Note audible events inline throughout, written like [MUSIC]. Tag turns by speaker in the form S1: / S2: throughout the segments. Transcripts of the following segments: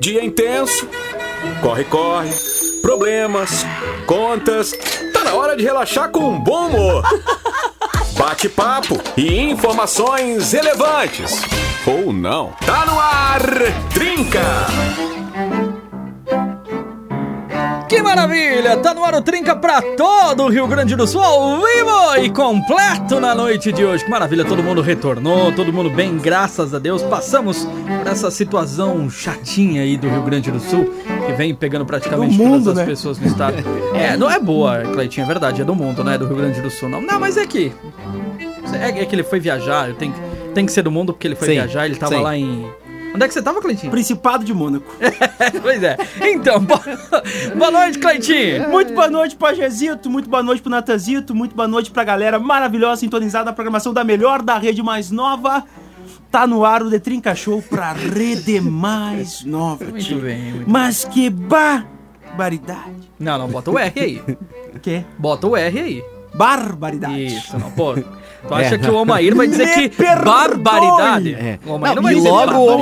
S1: Dia intenso, corre-corre, problemas, contas. Tá na hora de relaxar com um bom humor. Bate-papo e informações relevantes. Ou não. Tá no ar! Trinca!
S2: Que maravilha! Tá no ar o Trinca pra todo o Rio Grande do Sul, ao vivo e completo na noite de hoje. Que maravilha, todo mundo retornou, todo mundo bem, graças a Deus. Passamos por essa situação chatinha aí do Rio Grande do Sul, que vem pegando praticamente
S3: Do mundo,
S2: todas as
S3: né?
S2: pessoas no
S3: [LAUGHS]
S2: estado. É, não é boa, Cleitinho, é verdade, é do mundo, não é do Rio Grande do Sul, não. Não, mas é que... É, é que ele foi viajar, tem, tem que ser do mundo porque ele foi
S4: Sim,
S2: viajar, ele tava
S4: sim.
S2: lá em... Onde é que você tava,
S3: [LAUGHS]
S2: Cleitinho? [LAUGHS]
S3: Principado de Mônaco.
S2: pois é. Então, [LAUGHS] boa, boa noite, Cleitinho.
S3: Muito boa noite pro Agezito, muito boa noite pro Natanzito, muito boa noite pra galera maravilhosa sintonizada na programação da melhor, da rede mais nova. Tá no ar o Detrinca Show pra rede mais nova.
S2: Muito
S3: tio.
S2: bem, muito
S3: Mas que barbaridade.
S2: Não, não, bota o R aí.
S3: Que
S2: Bota o R aí.
S3: barbaridade.
S2: Isso, não, pô. Tu acha que o Omair vai dizer
S3: Me
S2: que
S3: perdoe!
S2: barbaridade?
S4: É.
S2: O Omair não,
S4: Não,
S2: vai
S4: e
S2: dizer
S4: logo o
S2: barbaridade.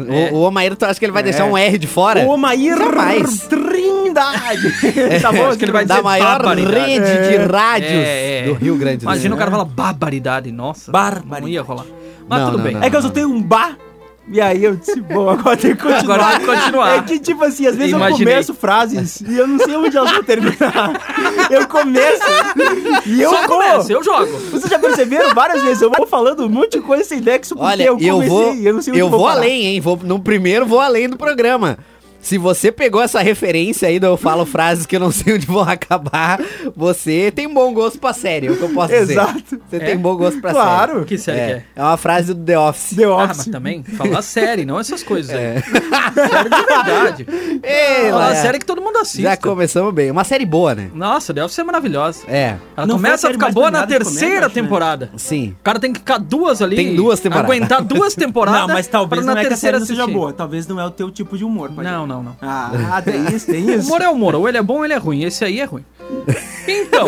S4: Omair.
S2: É.
S4: O, o Omair, tu acha que ele vai deixar um R de fora?
S3: O Omair
S4: Jamais.
S2: [LAUGHS]
S3: Trindade. tá bom?
S2: É, Acho que ele vai
S4: da
S2: dizer
S4: maior
S2: barbaridade.
S4: rede de rádios
S2: É, é.
S4: do Rio Grande do Sul.
S2: Imagina o cara falar barbaridade, nossa.
S3: Barbaridade.
S2: Não ia rolar. Mas
S4: Não,
S2: tudo
S4: não,
S2: bem.
S4: não.
S3: É que eu só tenho um bar. E aí eu disse, bom, [LAUGHS] agora tem que continuar.
S2: Agora tem que continuar.
S3: É que, tipo assim, às vezes
S2: Imaginei.
S3: eu começo frases e eu não sei onde elas vão terminar. [LAUGHS] Eu começo e eu
S2: Só
S3: vou.
S2: começa, eu jogo.
S3: Vocês já perceberam várias vezes, eu vou falando um monte de coisa sem nexo porque
S4: Olha,
S3: eu
S4: eu,
S3: comecei
S4: vou,
S3: e eu não sei onde
S4: eu vou
S3: parar.
S4: além, hein? Vou, no primeiro, vou além do programa. Se você pegou essa referência aí, do eu falo frases que eu não sei onde vão acabar, você tem bom gosto pra série, é o que eu posso dizer.
S3: Exato.
S4: Você
S2: É.
S4: tem bom gosto pra série.
S3: Claro.
S2: Que série
S4: é,
S2: que é?
S4: é uma frase do The Office.
S3: The
S2: Ah,
S3: Office.
S2: mas também, falar série, não essas coisas aí.
S4: É.
S2: Série de verdade.
S4: Ei,
S2: Falar
S4: Laia,
S2: É série que todo mundo assiste.
S4: já começamos bem. Uma série boa, né?
S2: Nossa, deve ser maravilhosa.
S4: É,
S2: Ela
S3: Não foi a
S2: começa a
S3: série
S2: ficar
S3: mais
S2: boa na
S3: premiada que começa,
S2: terceira
S3: acho, né?
S2: temporada.
S4: sim.
S2: O cara tem que ficar duas ali.
S4: Tem duas temporadas.
S2: Aguentar
S4: [LAUGHS]
S2: duas temporadas.
S3: Não, mas talvez
S2: pra
S3: não é que a série não seja
S2: assistir.
S3: boa. Talvez não é o teu tipo de humor. pode
S2: Não, não, não.
S3: ser. Ah, tem isso,
S2: [LAUGHS]
S3: tem
S2: O
S3: isso.
S2: humor é humor. Ou ele é bom ou ele é ruim. Esse aí é ruim.
S4: [LAUGHS]
S2: Então,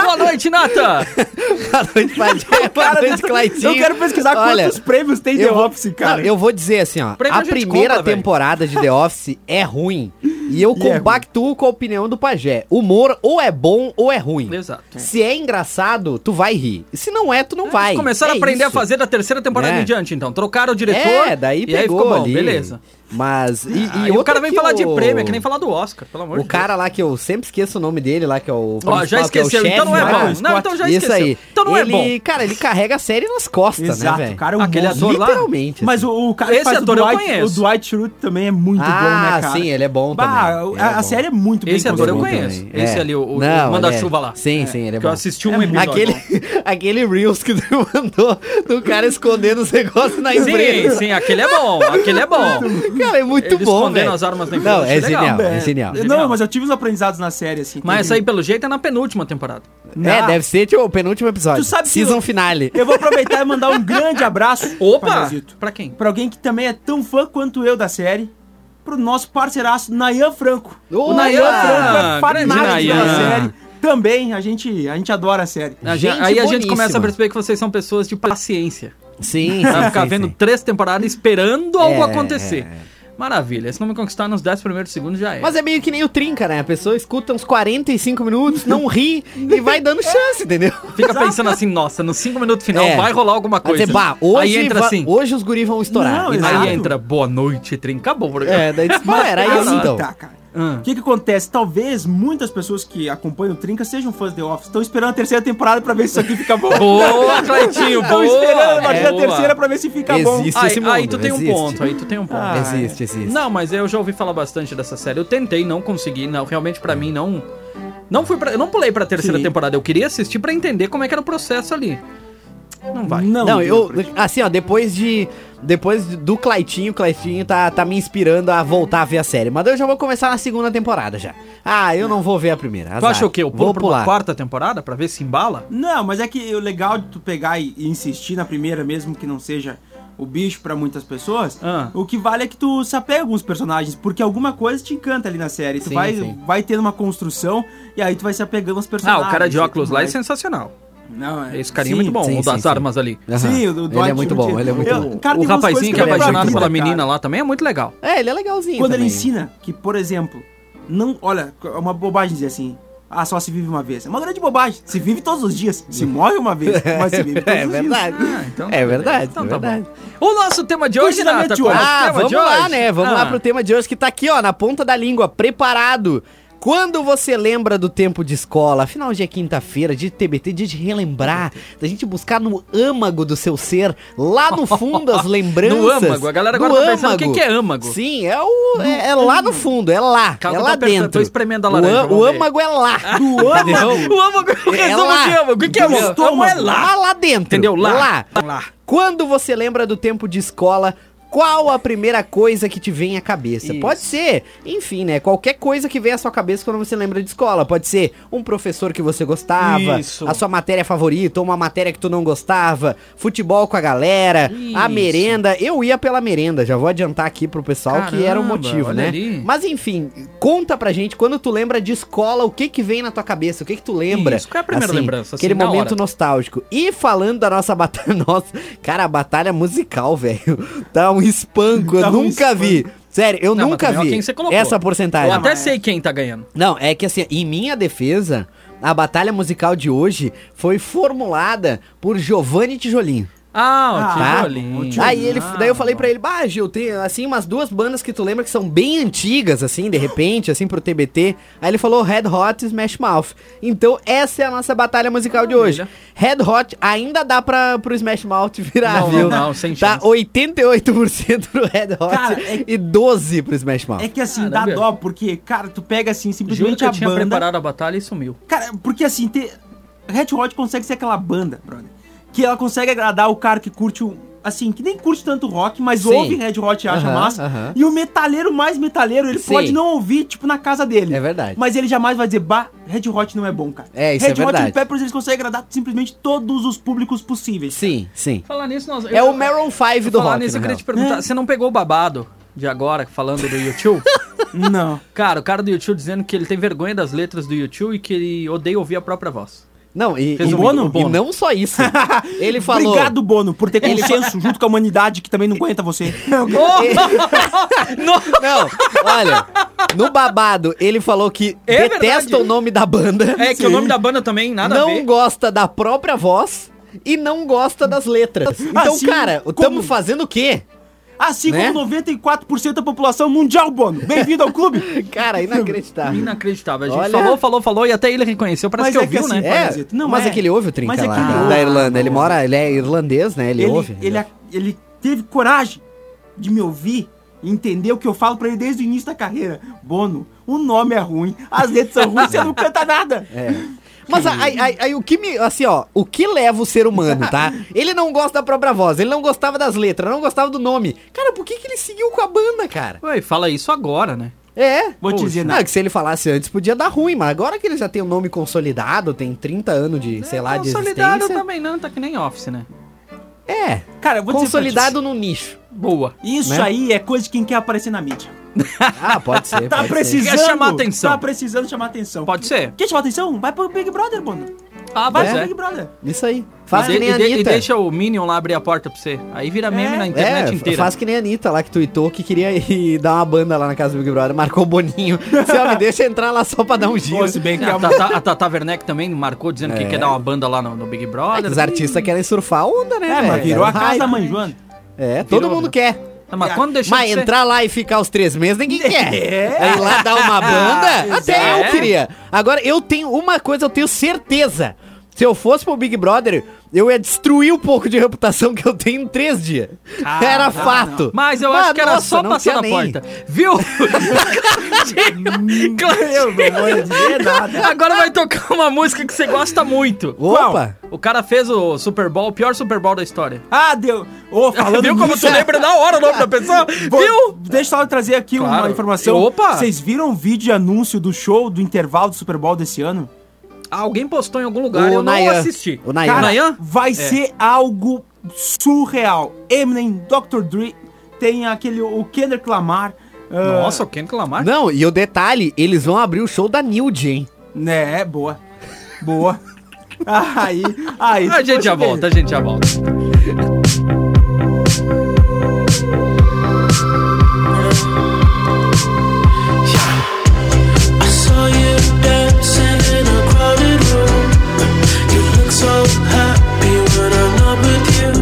S2: boa noite, Nata.
S4: Boa noite,
S2: [LAUGHS]
S4: Padilha. Boa noite, Claitinho.
S3: Eu quero pesquisar
S4: Olha,
S3: quantos prêmios tem The
S4: eu vou-
S3: Office, cara.
S4: Não, eu vou dizer assim, ó.
S2: Prêmio a
S4: A
S2: gente
S4: primeira
S2: compra, velho.
S4: temporada de The Office é ruim. E eu
S3: E é ruim.
S4: compactuo com a opinião do Pajé. Humor ou é bom ou é ruim.
S2: Exato.
S4: Se é engraçado, tu vai rir. E se não é, tu não vai.
S2: Começaram
S4: É
S2: a aprender a
S4: isso.
S2: fazer da terceira temporada
S4: Né?
S2: em diante, então. Trocaram o diretor.
S4: É, daí
S2: e aí
S4: pegou
S2: ficou bom,
S4: ali.
S2: beleza.
S4: Mas... E, e
S2: Aí o
S4: outra
S2: cara vem
S4: que
S2: falar de
S4: o-
S2: prêmio, é que nem falar do Oscar, pelo amor
S4: O
S2: de
S4: cara lá que eu sempre esqueço o nome dele lá, que é o
S2: Deus. Ó, já
S4: principal, que é o
S2: esqueceu, então não é
S4: chefe lá.
S2: bom. Não, então já
S4: Isso
S2: esqueceu.
S4: aí.
S2: Então não
S4: ele,
S2: é bom.
S4: Cara, ele carrega a série nas costas,
S3: Exato,
S4: né,
S3: o
S4: velho?
S3: cara é um
S2: Aquele
S3: monstro.
S2: ator lá.
S4: Literalmente. assim.
S3: Mas o, o cara
S2: Esse ator eu
S3: Dwight,
S2: conheço.
S3: O Dwight Schrute também é muito bom,
S4: ah,
S3: né, cara?
S4: sim, ele é bom
S3: Bah,
S4: também. Ele
S3: a,
S4: é
S3: a
S4: bom.
S3: série é muito bem
S2: Esse ator eu
S3: construída.
S2: conheço.
S4: também.
S2: Esse
S4: É.
S2: ali, o, o
S4: Não,
S2: manda-chuva
S4: ele é-
S2: lá.
S4: Sim, sim, ele é
S2: que eu
S4: bom.
S2: assisti um episódio.
S4: [LAUGHS] Aquele, aquele Reels que [LAUGHS] tu mandou do cara escondendo os negócios na empresa.
S2: Sim, sim, aquele é bom. Aquele é
S3: [LAUGHS]
S2: bom.
S4: Cara, é muito
S2: Ele
S4: bom,
S2: escondendo
S4: velho.
S2: as armas na empresa,
S4: Não, é
S2: achei legal.
S4: genial,
S3: É.
S4: é genial.
S3: Não, mas eu tive os aprendizados na série, assim.
S2: Mas
S3: teve-
S2: essa aí, pelo jeito, é na penúltima temporada.
S4: É,
S3: Ah,
S4: deve ser tipo, o penúltimo episódio.
S3: Tu sabe que
S4: Season
S3: eu-
S2: [LAUGHS]
S4: finale.
S3: Eu vou aproveitar e mandar um grande abraço.
S2: Opa!
S3: Panazito,
S2: Pra quem?
S3: Pra alguém que também é tão fã quanto eu da série. Pro nosso parceiraço, Nayan Franco.
S4: Ô,
S3: o Nayan
S4: Nayan!
S2: um
S3: Franco é
S2: Grande
S3: fanático
S2: Nayan.
S3: da série. Também, a gente, a gente adora a série.
S2: A
S4: Gente
S2: gente- aí a gente
S4: boníssima.
S2: começa a perceber que vocês são pessoas de paciência.
S4: [LAUGHS] Sim,
S2: Vai
S4: sim,
S2: ficar
S4: sim,
S2: vendo
S4: sim.
S2: três temporadas esperando algo
S4: É,
S2: acontecer.
S4: é,
S2: Maravilha. Se não me conquistar nos 10 primeiros segundos, já é.
S4: Mas é meio que nem o Trinca, né? A pessoa escuta uns 45 minutos, não ri e vai dando chance, entendeu?
S2: Fica pensando assim, nossa, nos 5 minutos final
S4: É.
S2: vai rolar alguma
S4: Vai
S2: coisa.
S4: dizer, bah, hoje,
S2: aí entra
S4: va-
S2: assim.
S4: hoje os guris vão estourar.
S3: Não,
S4: E
S3: exato.
S2: Aí
S4: nada.
S2: entra, boa noite, trinca bom.
S4: É, daí diz, "Pô, era
S2: Ah, [LAUGHS]
S4: isso
S2: não,
S4: então.
S3: Tá, cara.
S2: Hum.
S3: O que que acontece? Talvez muitas pessoas que acompanham o Trinca sejam fãs de The Office. Estão esperando a terceira temporada pra ver se isso aqui fica bom. [LAUGHS]
S2: Boa, Cleitinho,
S3: Estão
S2: boa.
S3: esperando a partir da
S2: boa.
S3: terceira pra ver se fica bom.
S4: Existe
S2: Aí,
S4: esse mundo,
S2: aí tu tem um
S4: existe.
S2: ponto, aí tu tem um ponto.
S3: Ah,
S4: existe, existe.
S2: Não, mas eu já ouvi falar bastante dessa série. Eu tentei, não consegui. Não, realmente pra mim não. Não fui para, não pulei pra terceira
S3: Sim.
S2: temporada. Eu queria assistir pra entender como é que era o processo ali. Não vai.
S3: Não,
S4: Não, eu. Assim, ó, depois de. Depois do Claitinho, o Claitinho tá, tá me inspirando a voltar a ver a série. Mas eu já vou começar na segunda temporada já. Ah, eu não vou ver a primeira.
S2: Tu
S4: azar.
S2: acha o quê? Eu pulo
S4: vou
S2: pra uma
S4: pular.
S2: quarta temporada pra ver se embala?
S3: Não, mas é que o legal de tu pegar e e insistir na primeira, mesmo que não seja o bicho pra muitas pessoas,
S2: Ah.
S3: o que vale é que tu se apega a alguns personagens, porque alguma coisa te encanta ali na série. Tu
S4: Sim,
S3: vai,
S4: sim.
S3: vai tendo uma construção e aí tu vai se apegando aos
S2: Ah,
S3: personagens.
S2: o cara de
S3: e
S2: óculos
S3: tudo
S2: lá é
S3: mais.
S2: sensacional.
S3: Não,
S2: É Esse carinha é
S3: sim,
S2: muito bom,
S4: sim,
S2: o das
S4: sim,
S2: armas ali.
S4: Aham.
S3: Sim, o Dwight
S4: Ele é muito bom,
S3: Schrute.
S4: ele é muito
S3: Eu-
S4: bom.
S3: cara,
S2: o
S3: tem umas
S2: rapazinho
S3: coisas
S2: que é
S3: eu lembro da
S2: apaixonado
S3: vida,
S2: pela menina
S3: cara.
S2: lá também é muito legal.
S4: É, ele é legalzinho.
S3: Quando ele
S4: também.
S3: ensina que, por exemplo, não. Olha, é uma bobagem dizer assim. Ah, só se vive uma vez. É uma grande bobagem. Se vive todos os dias. Se
S4: [LAUGHS]
S3: morre uma vez, mas se vive todos
S4: É
S3: os dias.
S4: verdade.
S2: Ah, então tá
S4: é verdade.
S2: beleza. Então
S4: é
S2: tá
S4: verdade.
S2: bom. O nosso tema de hoje,
S3: Conhecimento
S2: Nata,
S3: de
S2: qual é
S3: hoje.
S2: o
S4: Ah,
S2: tema
S4: vamos
S2: de
S4: lá,
S2: hoje?
S4: né? Vamos
S2: Ah,
S4: lá pro tema de hoje que tá aqui, ó, na ponta da língua, preparado. Quando você lembra do tempo de escola, afinal hoje é quinta-feira, dia de TBT, dia de relembrar, da gente buscar no âmago do seu ser, lá no fundo as lembranças.
S2: [LAUGHS] No âmago, a galera agora
S4: no
S2: tá pensando o que
S4: âmago.
S2: que é âmago.
S4: Sim, é, o, é, é lá no fundo, é lá,
S2: Calma,
S4: é
S2: eu
S4: lá
S2: tô pensando,
S4: dentro.
S2: tô espremendo a
S4: O
S2: laranja,
S4: â- o,
S2: vamos ver.
S4: âmago
S2: [LAUGHS]
S4: é lá.
S3: Do âmago.
S2: O âmago, o
S4: É
S2: resumo
S4: lá.
S2: de âmago. O que, que é o
S3: Do
S2: âmago? É lá.
S4: lá dentro.
S2: Entendeu? Lá.
S4: lá.
S2: Lá.
S4: Quando você lembra do tempo de escola, qual a primeira coisa que te vem à cabeça?
S2: Isso.
S4: Pode ser, enfim, né? Qualquer coisa que vem à sua cabeça quando você lembra de escola. Pode ser um professor que você gostava,
S2: Isso.
S4: a sua matéria favorita, ou uma matéria que tu não gostava, futebol com a galera, a
S2: Isso.
S4: merenda. Eu ia pela merenda, já vou adiantar aqui pro pessoal que era o
S2: Caramba,
S4: motivo,
S2: olha
S4: né?
S2: ali.
S4: Mas enfim, conta pra gente quando tu lembra de escola, o que que vem na tua cabeça? O que que tu lembra?
S2: Isso, qual é a primeira lembrança, assim,
S4: Aquele
S2: na hora?
S4: momento nostálgico. E falando da nossa batalha. [LAUGHS] Nossa, cara, a batalha musical, velho. Tá um espanco.
S3: Tá
S4: eu
S3: um
S4: nunca vi. Sério, eu
S2: Não, mas
S4: nunca
S2: também, ó,
S4: vi
S2: quem você colocou.
S4: essa
S2: Eu
S4: porcentagem.
S2: até
S3: mas-
S2: sei quem tá ganhando.
S4: Não, é que assim, em minha defesa, a batalha musical de hoje foi formulada por Giovanni Tijolinho.
S2: Ah, o
S3: Ah,
S2: Tijolinho.
S3: o
S4: tá. Aí ele, daí eu falei pra ele, bah, Gil, tem assim umas duas bandas que tu lembra que são bem antigas, assim, de repente, assim, pro TBT. Aí ele falou Red Hot e Smash Mouth. Então essa é a nossa batalha musical de hoje.
S2: Maravilha.
S4: Red Hot ainda dá pra, pro Smash Mouth virar,
S2: Não,
S4: viu?
S2: não, não, sem
S4: Tá
S2: chance.
S4: 88% pro Red Hot
S3: Cara, é-
S4: e 12% pro Smash Mouth.
S3: É que assim,
S2: Caramba.
S3: dá dó, porque, cara, tu pega assim,
S2: Juro
S3: simplesmente
S2: que eu tinha
S3: a banda.
S2: preparado a batalha e sumiu.
S3: Cara, porque assim, ter... Red Hot consegue ser aquela banda, brother, que ela consegue agradar o cara que curte um. Assim, que nem curte tanto rock, mas
S4: Sim.
S3: ouve Red Hot e acha
S4: Aham,
S3: massa.
S4: aham.
S3: E o metalheiro mais metalheiro, ele
S4: Sim.
S3: pode não ouvir, tipo, na casa dele.
S4: É verdade.
S3: Mas ele jamais vai dizer, bah, Red Hot não é bom, cara.
S4: É, isso
S3: Red
S4: é
S3: Hot
S4: verdade.
S3: Chili Peppers, eles conseguem agradar simplesmente todos os públicos possíveis.
S4: Sim, sim.
S2: Falar nisso, nós...
S4: É o Maroon 5 do
S2: Falar
S4: rock, né?
S2: nisso,
S4: na
S2: eu queria
S4: real.
S2: te perguntar, você não pegou o babado de agora, falando do
S4: [LAUGHS]
S2: YouTube?
S3: Não.
S2: Cara, o cara do YouTube dizendo que ele tem vergonha das letras do YouTube e que ele odeia ouvir a própria
S4: [LAUGHS]
S2: voz.
S4: Não, e,
S2: Fez
S4: e-
S2: o Bono?
S4: e não
S2: [LAUGHS]
S4: só isso. ele falou...
S3: Obrigado, Bono, por ter consenso junto com a humanidade que também não aguenta
S4: [LAUGHS]
S3: você. Não,
S4: Não, olha, no babado ele falou que
S2: É
S4: detesta
S2: verdade.
S4: o nome da banda.
S2: É que o nome da banda também, nada
S4: não
S2: a ver.
S4: gosta da própria voz e não gosta das letras. Então,
S3: sim,
S4: cara,
S3: como?
S4: estamos fazendo o quê?
S3: Assim
S4: Né?
S3: como 94% da população mundial, Bono. Bem-vindo ao clube.
S4: [LAUGHS] Cara,
S2: [LAUGHS]
S4: inacreditável.
S2: Inacreditável. A gente
S4: Olha.
S2: falou, falou, falou e até ele reconheceu. Parece que ouviu, né?
S4: é,
S3: Parasita, não
S4: mas
S3: é.
S4: é que ele ouve o Trinca
S3: Mas é
S4: lá
S3: que ele ouve.
S4: da Irlanda. Ele
S3: Ah,
S4: mora, ele é irlandês, né? Ele,
S3: Ele,
S4: ouve.
S3: ele, é ele teve coragem de me ouvir e entender o que eu falo pra ele desde o início da carreira. Bono, o nome é ruim, as letras são ruins, você não canta nada.
S4: [LAUGHS] É. Mas aí, aí- aí o que me. Assim, ó, o que leva o ser humano, tá? Ele não gosta da própria voz, ele não gostava das letras, não gostava do nome. Cara, por que, que ele seguiu com a banda, cara?
S2: Ué, fala isso agora, né?
S4: É.
S3: Vou te
S4: Poxa.
S3: dizer,
S4: Não,
S3: Nath.
S4: que se ele falasse antes podia dar ruim, mas agora que ele já tem um nome consolidado, tem 30 anos de, É, sei lá, de
S2: Consolidado
S4: existência.
S2: é um também não, tá que nem Office, né?
S4: É,
S3: Cara, eu tá- vou
S4: consolidado
S3: [LAUGHS]
S4: no nicho.
S2: Boa.
S3: dizer pra ti, Isso
S4: né?
S3: aí é coisa de quem quer aparecer na mídia.
S4: Ah, pode ser.
S3: Tá
S4: pode ser.
S3: precisando.
S2: Quer chamar atenção.
S3: Tá precisando chamar atenção.
S2: Pode ser.
S3: Quer chamar atenção? Vai pro Big Brother, Bono.
S2: Ah, vai
S3: Vai pro
S2: ser.
S3: Big Brother.
S4: Isso aí. É, Faz
S2: e,
S4: que nem
S2: de- e
S4: a
S2: de- e
S4: Anitta.
S2: deixa o Minion lá abrir a porta pra você. Aí vira meme
S3: É.
S2: na
S4: É,
S2: internet
S4: f-
S2: inteira.
S4: faz que nem a Anitta lá que tuitou que queria [LAUGHS] ir dar uma banda lá na casa do Big Brother, marcou
S3: [LAUGHS]
S4: o Boninho. Se ela me deixa entrar lá só pra dar um giro.
S3: se bem
S2: Não, a, Tata, a Tata Werneck também marcou dizendo que
S4: É.
S2: quer dar uma banda lá no, no Big
S4: É
S2: Brother.
S4: que os artistas querem surfar a onda, né?
S3: É,
S4: velho?
S3: mas virou
S4: É
S3: a
S4: um
S3: casa
S4: hype.
S3: da
S2: [LAUGHS]
S3: mãe Joana.
S4: É, todo
S2: Virou,
S4: mundo
S2: né?
S4: quer.
S2: Não, mas quando deixou
S4: Mas
S2: de ser- É.
S4: entrar lá e ficar os três
S2: [LAUGHS]
S4: meses, ninguém quer. Aí lá dar uma banda, até eu
S2: Exato. É.
S4: queria. Agora, eu tenho uma coisa, eu tenho certeza. Se eu fosse pro Big Brother, eu ia destruir o pouco de reputação que eu tenho em três dias.
S2: Ah,
S4: era
S2: não,
S4: fato.
S2: Mas
S4: Ah,
S2: eu acho que era só passar na porta.
S4: [LAUGHS]
S2: Viu? Claudinho,
S3: Eu não vou dizer nada.
S2: Agora vai tocar uma música que você gosta muito.
S4: Opa!
S2: O cara fez o Super Bowl, o pior Super Bowl da história.
S3: Ah, deu. Ô, falando
S2: Viu como
S3: nisso,
S2: tu lembra na hora o nome da pessoa? [LAUGHS]
S3: Vou-
S2: Viu?
S3: Deixa eu só trazer aqui
S2: Claro.
S3: uma informação.
S2: Opa!
S3: Vocês viram o vídeo de anúncio do show do intervalo do Super Bowl desse ano?
S2: Alguém postou em algum lugar,
S4: O
S2: eu
S4: Nayan.
S2: não assisti.
S4: O Nayan.
S2: Nayan?
S3: vai ser algo surreal. Eminem, Dr. Dre, tem aquele o Kendrick Lamar. ah,
S2: Nossa, o Kendrick Lamar.
S4: Não, e o detalhe, eles vão abrir o show da Nilde, hein?
S2: [LAUGHS]
S3: né? é, Boa. Boa. Aí, aí.
S2: A gente já volta, a gente já volta.
S5: I saw you dancing in a crowded room. You look so happy when I'm not with you.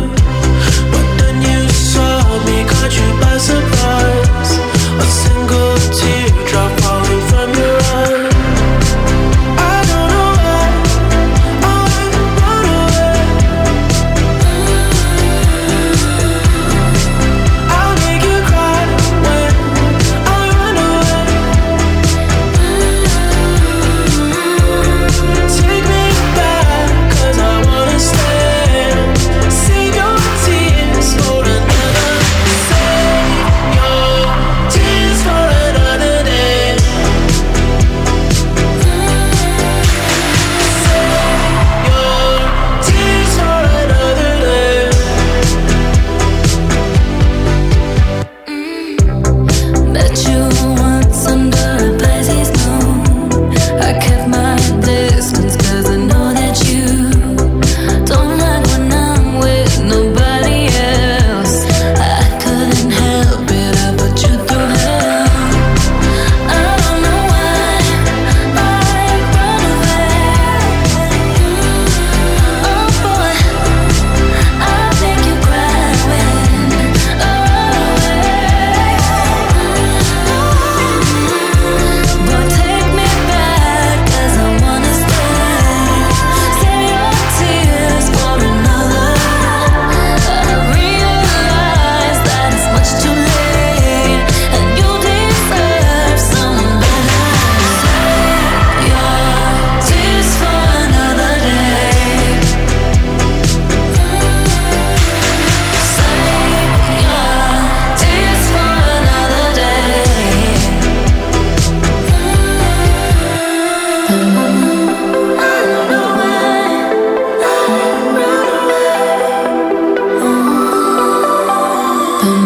S5: But then you saw me, caught you by surprise. A single teardrop falling from your eye. I don't know why I run away. I'll make you cry when I run away. Take me back, 'cause I wanna stay. See your tears for another. Save your tears for another day. Save your tears for another day.
S6: Met you once under a busy moon. I kept my distance 'cause I know that you don't like when I'm with nobody else. I couldn't help it, I put you through hell. I don't know why I run away. Oh boy, I'll make you cry when I run away. But take me back, 'cause I wanna stay. Save your tears for another. I realize that it's much too late, and you deserve someone better. Save your tears for another day. Save your tears for another day.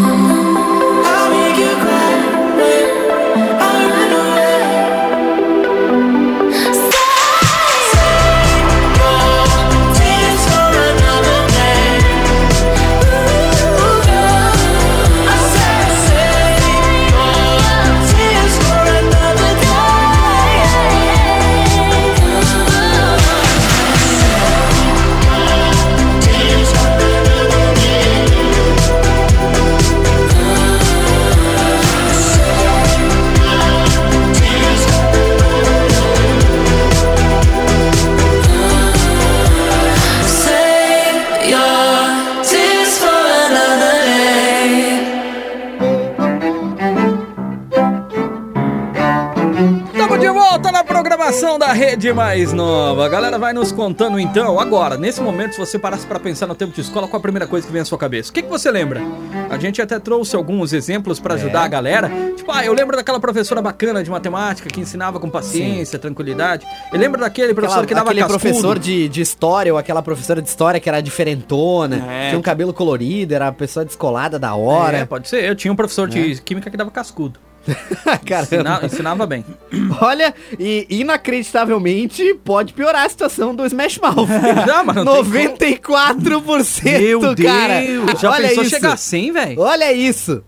S5: I'll make you cry when I run away. Your tears for another day. I said, save your tears for another day. Tears for another day.
S6: Save your tears for another day.
S2: Estamos de volta na programação da Rede Mais Nova. A galera vai nos contando então, agora, nesse momento, se você parasse pra pensar no tempo de escola, qual a primeira coisa que vem à sua cabeça? O que, que você lembra? A gente até trouxe alguns exemplos pra ajudar a galera. Tipo, ah, eu lembro daquela professora bacana de matemática que ensinava com paciência, tranquilidade. Eu lembro daquele professor
S4: Aquela,
S2: que dava
S4: aquele
S2: cascudo.
S4: professor de, de história ou aquela professora de história que era diferentona,
S3: É.
S4: tinha um cabelo colorido, era uma pessoa descolada da
S2: É,
S4: hora.
S2: pode ser. Eu tinha um professor de química que dava cascudo. É. Ensina-
S4: É. [LAUGHS] Caramba.
S2: ensinava
S4: [LAUGHS]
S2: bem.
S4: Olha, e inacreditavelmente pode piorar a situação do Smash
S2: [LAUGHS]
S4: Mouth.
S2: Não, mas não tem
S4: 94%, cara.
S2: Já
S4: Olha
S2: pensou
S4: isso.
S2: chegar assim, velho?
S4: Olha isso.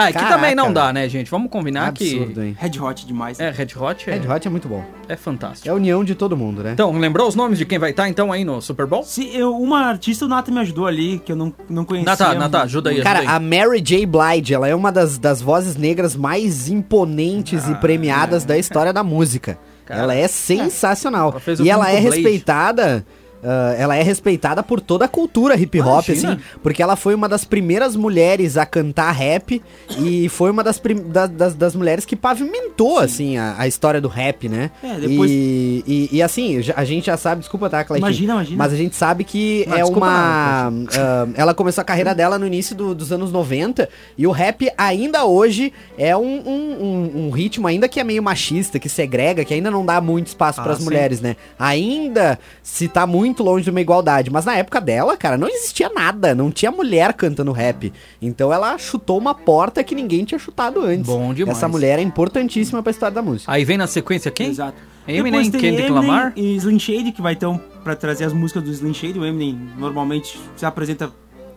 S2: Ah, aqui
S4: Caraca.
S2: também não dá, né, gente? Vamos combinar que...
S4: Absurdo, hein?
S3: Red Hot demais.
S2: É, Red Hot é,
S4: Red Hot é muito bom.
S2: é fantástico.
S4: É a união de todo mundo, né?
S2: Então, lembrou os nomes de quem vai estar então aí no Super Bowl?
S3: Se eu, uma artista, o Nata me ajudou ali, que eu não, não conhecia.
S2: Nata, Nata, ajuda aí,
S4: Cara,
S2: ajuda
S4: a
S2: aí.
S4: Mary J. Blige, ela é uma das, das vozes negras mais imponentes e premiadas da história da música.
S2: Ah. Cara,
S4: ela é sensacional.
S2: Ela fez o
S4: e ela
S2: filme
S4: é
S2: com Blade.
S4: respeitada. ah, ela é respeitada por toda a cultura hip hop,
S2: Imagina.
S4: assim, porque ela foi uma das primeiras mulheres a cantar rap e foi uma das, prim- da- das, das mulheres que pavimentou, assim, a, a história do rap, né?
S3: É, depois-
S4: e, e, e, assim, já- a gente já sabe, desculpa, tá, Clayton?
S3: Imagina, imagina.
S4: Mas a gente sabe que
S2: Não,
S4: é
S2: desculpa
S4: uma. ah, ela começou a carreira dela no início do- dos anos 90 e o rap ainda hoje é um, um- um- um ritmo, ainda que é meio machista, que segrega, que ainda não dá muito espaço
S2: Ah,
S4: pras
S2: sim.
S4: mulheres, né? Ainda se tá muito longe de uma igualdade. Mas na época dela, cara, não existia nada, não tinha mulher cantando rap. Então ela chutou uma porta que ninguém tinha chutado antes.
S2: Bom demais.
S4: Essa mulher é importantíssima pra história da música.
S2: Aí vem na sequência quem?
S3: Exato.
S2: Eminem, Kendrick Lamar.
S3: E Slim Shady, que vai então pra trazer as músicas do Slim Shady. O Eminem normalmente se apresenta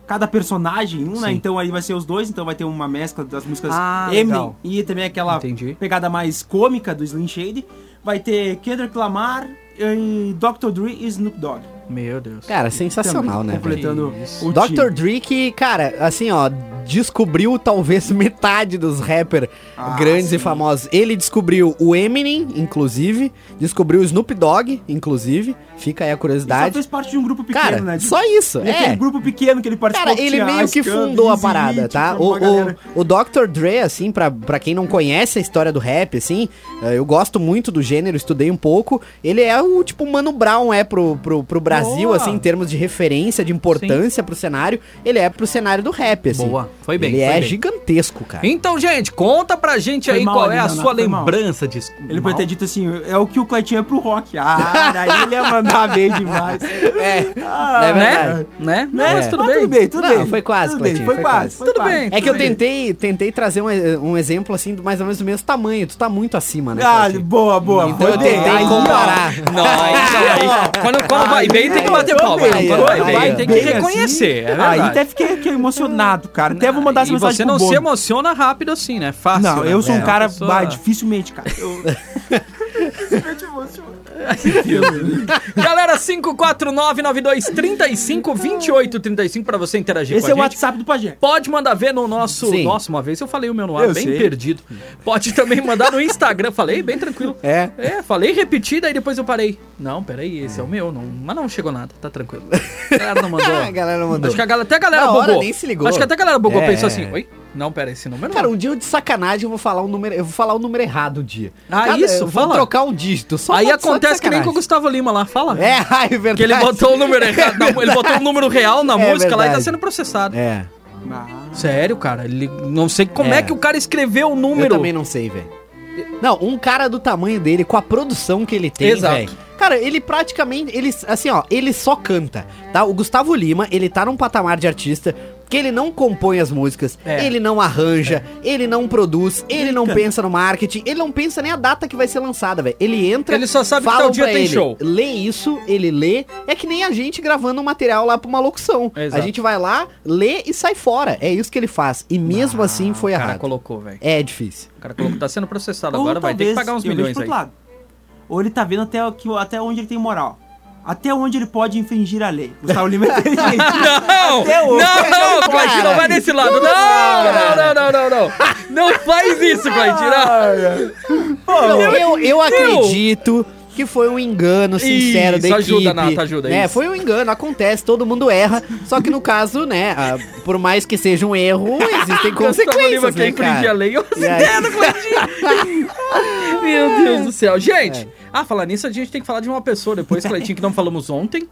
S3: cada personagem, um, né?
S2: Sim.
S3: Então aí vai ser os dois, então vai ter uma mescla das músicas
S4: Ah,
S3: Eminem
S4: legal.
S3: e também aquela
S2: Entendi.
S3: pegada mais cômica do Slim Shady. Vai ter Kendrick Lamar, e Dr. Dre e Snoop Dogg.
S2: Meu Deus.
S4: Cara, sensacional,
S3: Também
S4: né? velho?
S3: Completando
S2: Isso.
S3: o time.
S4: Dr. Dre que, cara, assim, ó, descobriu talvez [LAUGHS] metade dos rappers
S3: Ah,
S4: grandes
S3: sim.
S4: e famosos. Ele descobriu o Eminem, inclusive, descobriu o Snoop Dogg, inclusive. Fica aí a
S3: Ele só
S4: curiosidade.
S3: fez parte de um grupo pequeno,
S4: cara,
S3: né? De-
S4: só isso,
S3: E
S4: é.
S3: aquele grupo pequeno que ele participou
S4: Cara, ele
S3: tinha
S4: meio
S3: Ice
S4: que
S3: Cube,
S4: fundou a
S3: Easy E,
S4: parada, tá?
S3: tipo,
S4: O,
S3: uma galera-
S4: o, o Dr. Dre, assim, pra, pra quem não conhece a história do rap, assim, eh, eu gosto muito do gênero, estudei um pouco. Ele é o tipo Mano Brown é pro, pro, pro Brasil,
S2: Boa.
S4: assim, em termos de referência, de importância pro cenário. Ele é pro cenário do rap, assim.
S2: Boa, foi bem,
S4: Ele
S2: foi
S4: é
S2: bem.
S4: gigantesco, cara.
S2: Então, gente, conta pra gente
S3: Foi
S2: aí
S3: mal
S2: qual
S3: ali,
S2: é a
S3: Leonardo,
S2: sua
S3: foi mal.
S2: lembrança disso.
S3: Ele pode ter dito assim, é o que o Cleitinho é pro rock. Ah, daí ele ia mandar [LAUGHS] bem demais.
S4: É.
S3: Ah,
S4: É
S2: né?
S4: verdade. É.
S2: Né?
S3: Né?
S2: Mas tudo
S3: Mas
S2: bem.
S3: tudo bem, tudo
S4: Não,
S3: bem.
S4: foi quase,
S3: tudo bem,
S4: Cleitinho,
S3: foi,
S4: foi
S3: quase.
S4: quase.
S3: foi
S2: Tudo
S3: quase.
S2: bem.
S4: É que eu
S2: bem.
S4: tentei, tentei trazer um, um exemplo assim, do mais ou menos do mesmo tamanho. Tu tá muito acima, né?
S3: Ah,
S4: Claudinho?
S3: boa, boa.
S4: então eu
S3: foi bem. Ah,
S4: tentei
S3: Aí, ó.
S4: comparar.
S2: então
S4: [LAUGHS]
S2: Nossa, aí, quando, quando vai bem, tem que bater
S3: Aí,
S2: palma.
S3: aí,
S2: Quando vai
S3: aí,
S2: bem,
S3: aí,
S2: tem que
S3: bem assim,
S2: reconhecer. É
S3: aí
S2: verdade.
S3: até fiquei, fiquei emocionado, cara. Até vou mandar essa
S2: E
S3: mensagem
S2: você
S3: pro
S2: não se
S3: Bono.
S2: emociona rápido assim, né? Fácil.
S3: Não,
S2: né?
S3: eu sou
S2: É,
S3: um
S2: uma
S3: cara...
S2: pessoa-
S3: bah, dificilmente, cara.
S2: [LAUGHS]
S3: Eu... dificilmente emociono.
S2: Tipo, Galera, 549-9235-2835 pra você interagir
S3: Esse
S2: com
S3: é
S2: a
S3: o
S2: gente.
S3: WhatsApp do Pajé.
S2: Pode mandar ver no nosso.
S4: Sim.
S2: Nossa, uma vez eu falei o meu no ar,
S3: Eu
S2: bem
S3: sei.
S2: perdido. Pode também mandar no Instagram. Falei bem tranquilo.
S4: É.
S2: É, falei repetida e depois eu parei. Não, peraí, esse é o meu. Não, mas não chegou nada, tá tranquilo. A galera não mandou.
S3: [LAUGHS]
S4: A galera não mandou.
S2: Acho que a galera, até a galera
S4: Na hora
S2: bugou.
S4: nem se ligou.
S2: Acho que até a galera bugou,
S4: É.
S2: pensou assim: oi? Não, peraí, esse número não.
S4: Cara, um dia eu de sacanagem eu vou falar um número, eu vou falar o número errado um dia.
S2: Ah,
S4: Cada-
S2: isso,
S4: eu vou
S2: fala.
S4: trocar um dígito. Só
S2: Aí
S4: pra- só de
S2: acontece que nem com o
S4: sacanagem.
S2: Gustavo Lima lá, fala.
S4: É, [LAUGHS] ai, verdade.
S2: Que ele botou o
S4: [LAUGHS]
S2: número errado, na- ele botou o número real na
S4: É
S2: música lá e tá
S4: verdade.
S2: sendo processado.
S4: É.
S2: Sério, cara, ele não sei como é,
S4: É.
S2: que o cara escreveu o número.
S4: Eu também não sei, velho. Não, um cara do tamanho dele, com a produção que ele tem,
S2: Exato.
S4: velho. Cara, ele praticamente, ele assim, ó, ele só canta, tá? O Gustavo Lima, ele tá num patamar de artista que ele não compõe as músicas,
S2: É.
S4: ele não arranja, ele não produz, ele, não
S3: canta.
S4: pensa no marketing, ele não pensa nem a data que vai ser lançada, velho. Ele entra,
S2: Ele só sabe que
S4: falam
S2: tal dia
S4: pra
S2: tem
S4: ele,
S2: show.
S4: Lê isso, ele lê, é que nem a gente gravando um material lá pra uma locução.
S2: Exato.
S4: A gente vai lá, lê e sai fora. É isso que ele faz. E mesmo assim foi
S2: O Ah, cara
S4: errado.
S2: colocou, velho.
S4: É difícil.
S2: O cara colocou, tá sendo processado
S3: Ou
S2: agora, vai ter que
S3: talvez,
S2: pagar uns
S3: eu vejo
S2: milhões
S3: pro
S2: aí. [LAUGHS]
S3: outro lado. Ou ele tá vendo até, o que, até onde ele tem moral. Até onde ele pode infringir a lei. Gustavo Lima é inteligente.
S2: [LAUGHS] Não!
S3: Até
S2: Não,
S3: hoje.
S2: não, Claudinho, não vai nesse lado. Não, não, não, não, não, não. Não faz isso, Claudinho. não.
S4: Não, eu, eu acredito que foi um engano sincero
S2: Isso,
S4: da equipe.
S2: ajuda, Nata, ajuda,
S4: né?
S2: isso.
S4: Foi um engano, acontece, todo mundo erra. Só que no caso, né, a- por mais que seja
S2: [LAUGHS]
S4: um erro, existem
S2: Gustavo Lima
S4: consequências,
S2: quer
S4: né,
S2: infringir a
S4: cara?
S2: lei. Olha as
S4: E aí?
S2: ideias do [LAUGHS] Claudinho. Meu Deus do céu. Gente, ah, falar nisso, a gente tem que falar de uma pessoa [LAUGHS] depois, Claudinho, que não falamos ontem,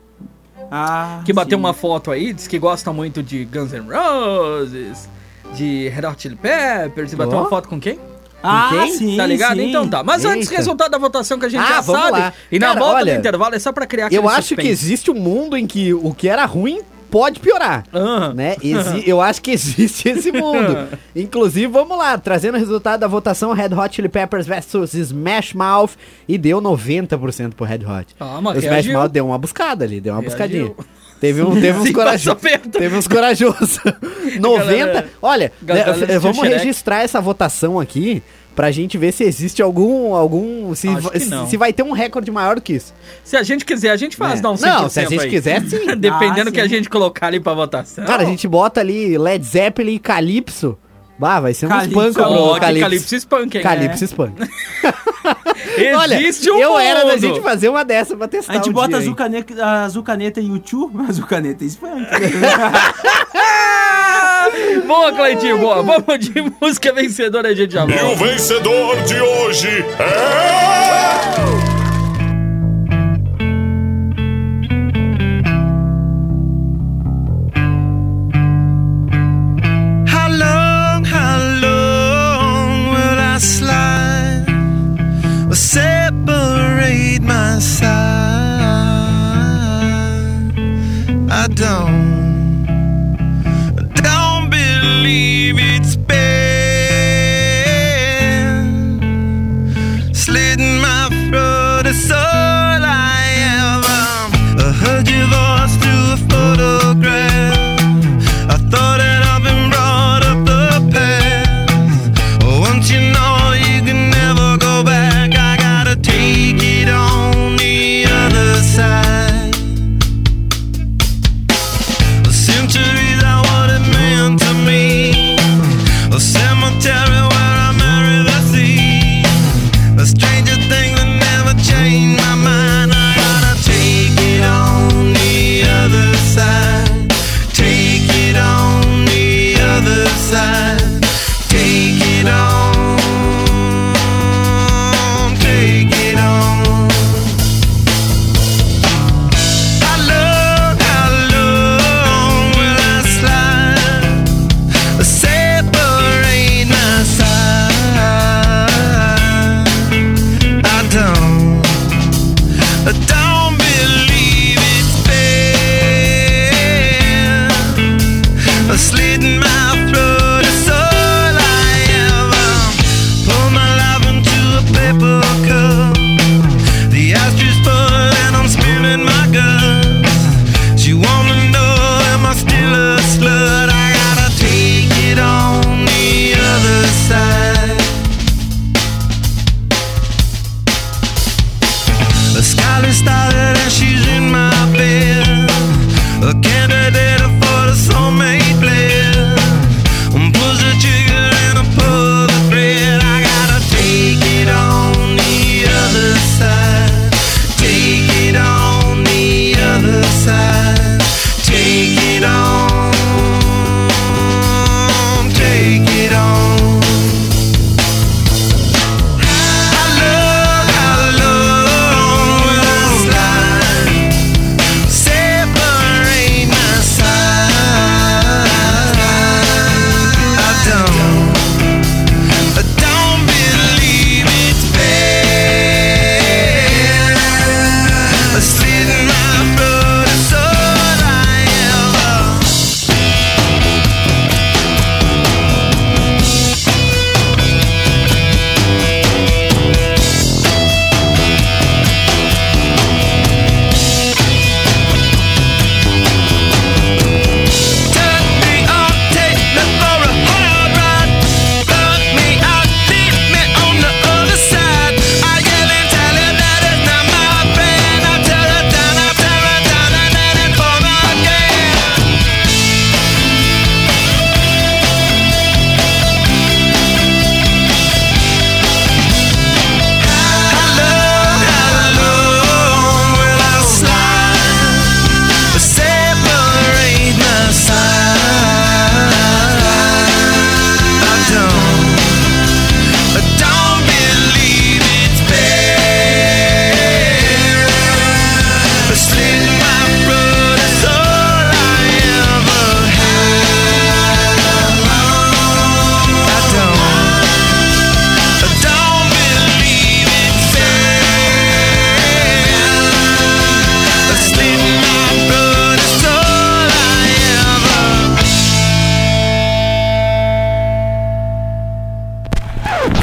S3: Ah,
S2: que bateu
S3: sim.
S2: uma foto aí, disse que gosta muito de Guns N' Roses, de Red Hot Chili Peppers, e bateu
S4: Ó.
S2: uma foto com quem?
S3: Ah,
S4: Quem?
S3: sim,
S2: tá ligado?
S3: sim.
S2: Então tá. Mas antes,
S4: Eita.
S2: resultado da votação que a gente
S4: Ah,
S2: já
S4: vamos
S2: sabe.
S4: lá.
S2: E na
S4: Cara,
S2: volta
S4: olha,
S2: do intervalo é só pra criar aquele
S4: Eu acho que
S2: suspense.
S4: existe um mundo em que o que era ruim pode piorar.
S2: Aham.
S4: Né? Exi- eu acho que existe esse mundo.
S2: [LAUGHS]
S4: Inclusive, vamos lá, trazendo o resultado da votação Red Hot Chili Peppers versus Smash Mouth e deu 90% pro Red Hot.
S2: Ah, mas
S4: o Smash
S2: reagiu.
S4: Mouth deu uma buscada ali, deu uma
S2: Reagiu.
S4: buscadinha. Teve, um, teve
S2: [LAUGHS]
S4: uns
S2: Sim,
S4: corajosos.
S2: passou perto.
S4: Teve uns corajosos.
S2: [LAUGHS]
S4: 90. Olha,
S2: galera
S4: né,
S2: assistiu
S4: vamos
S2: Shrek.
S4: registrar essa votação aqui pra gente ver se existe algum algum se,
S2: Acho
S4: va-
S2: que
S4: se-
S2: não.
S4: se vai ter um recorde maior do que isso.
S2: Se a gente quiser, a gente faz
S4: É.
S2: dar um 100%
S4: Não, se a gente
S2: aí.
S4: quiser,
S2: [LAUGHS]
S4: sim.
S2: Dependendo
S3: Ah,
S2: que a
S3: sim.
S2: gente colocar ali pra votação.
S4: Cara, a gente bota ali Led Zeppelin e Calypso. Bah, vai ser um
S3: Calypso,
S4: espanco,
S2: Ó,
S4: bro.
S2: que
S4: Calypso.
S2: tá Calypso Spunk, hein?
S4: Calypso espanco.
S2: É.
S4: Olha,
S2: Existe um
S4: eu era da
S2: mundo.
S4: gente fazer uma dessa pra testar
S3: A gente
S4: um
S3: bota
S4: dia,
S3: a
S4: hein?
S3: Zucaneta, a Zucaneta e o Tchu, [LAUGHS] mas a Zucaneta é espanha.
S2: [LAUGHS] Ah, Boa, Cleitinho, boa. Vamos de música vencedora, a gente
S7: E
S2: já
S7: o
S2: volta.
S7: vencedor de hoje é.
S5: How long, how long will I slide or separate my side? I don't, I don't believe it's been slitting my Oh,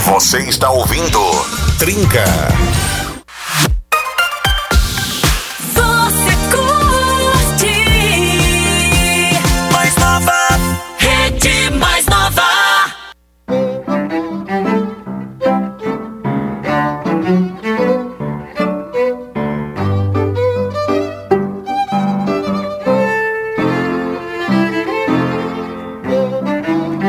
S7: Você está ouvindo Trinca.
S6: Você curte mais nova, rede mais nova.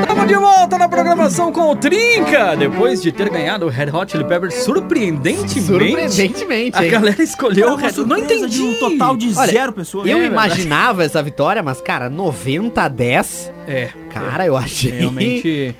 S2: Tamo de volta na programação com o Trinca! Depois de ter ganhado o Red Hot Chili Peppers surpreendentemente,
S4: Surpreendentemente,
S2: a
S4: hein?
S2: galera escolheu o
S3: É Uma
S2: Red Hot. Não
S3: surpresa
S2: entendi!
S3: De um total de
S4: Olha,
S3: zero pessoas.
S4: Eu
S2: É,
S4: imaginava essa vitória, mas, cara, 90 a 10.
S2: É,
S4: Cara, eu achei.
S2: realmente...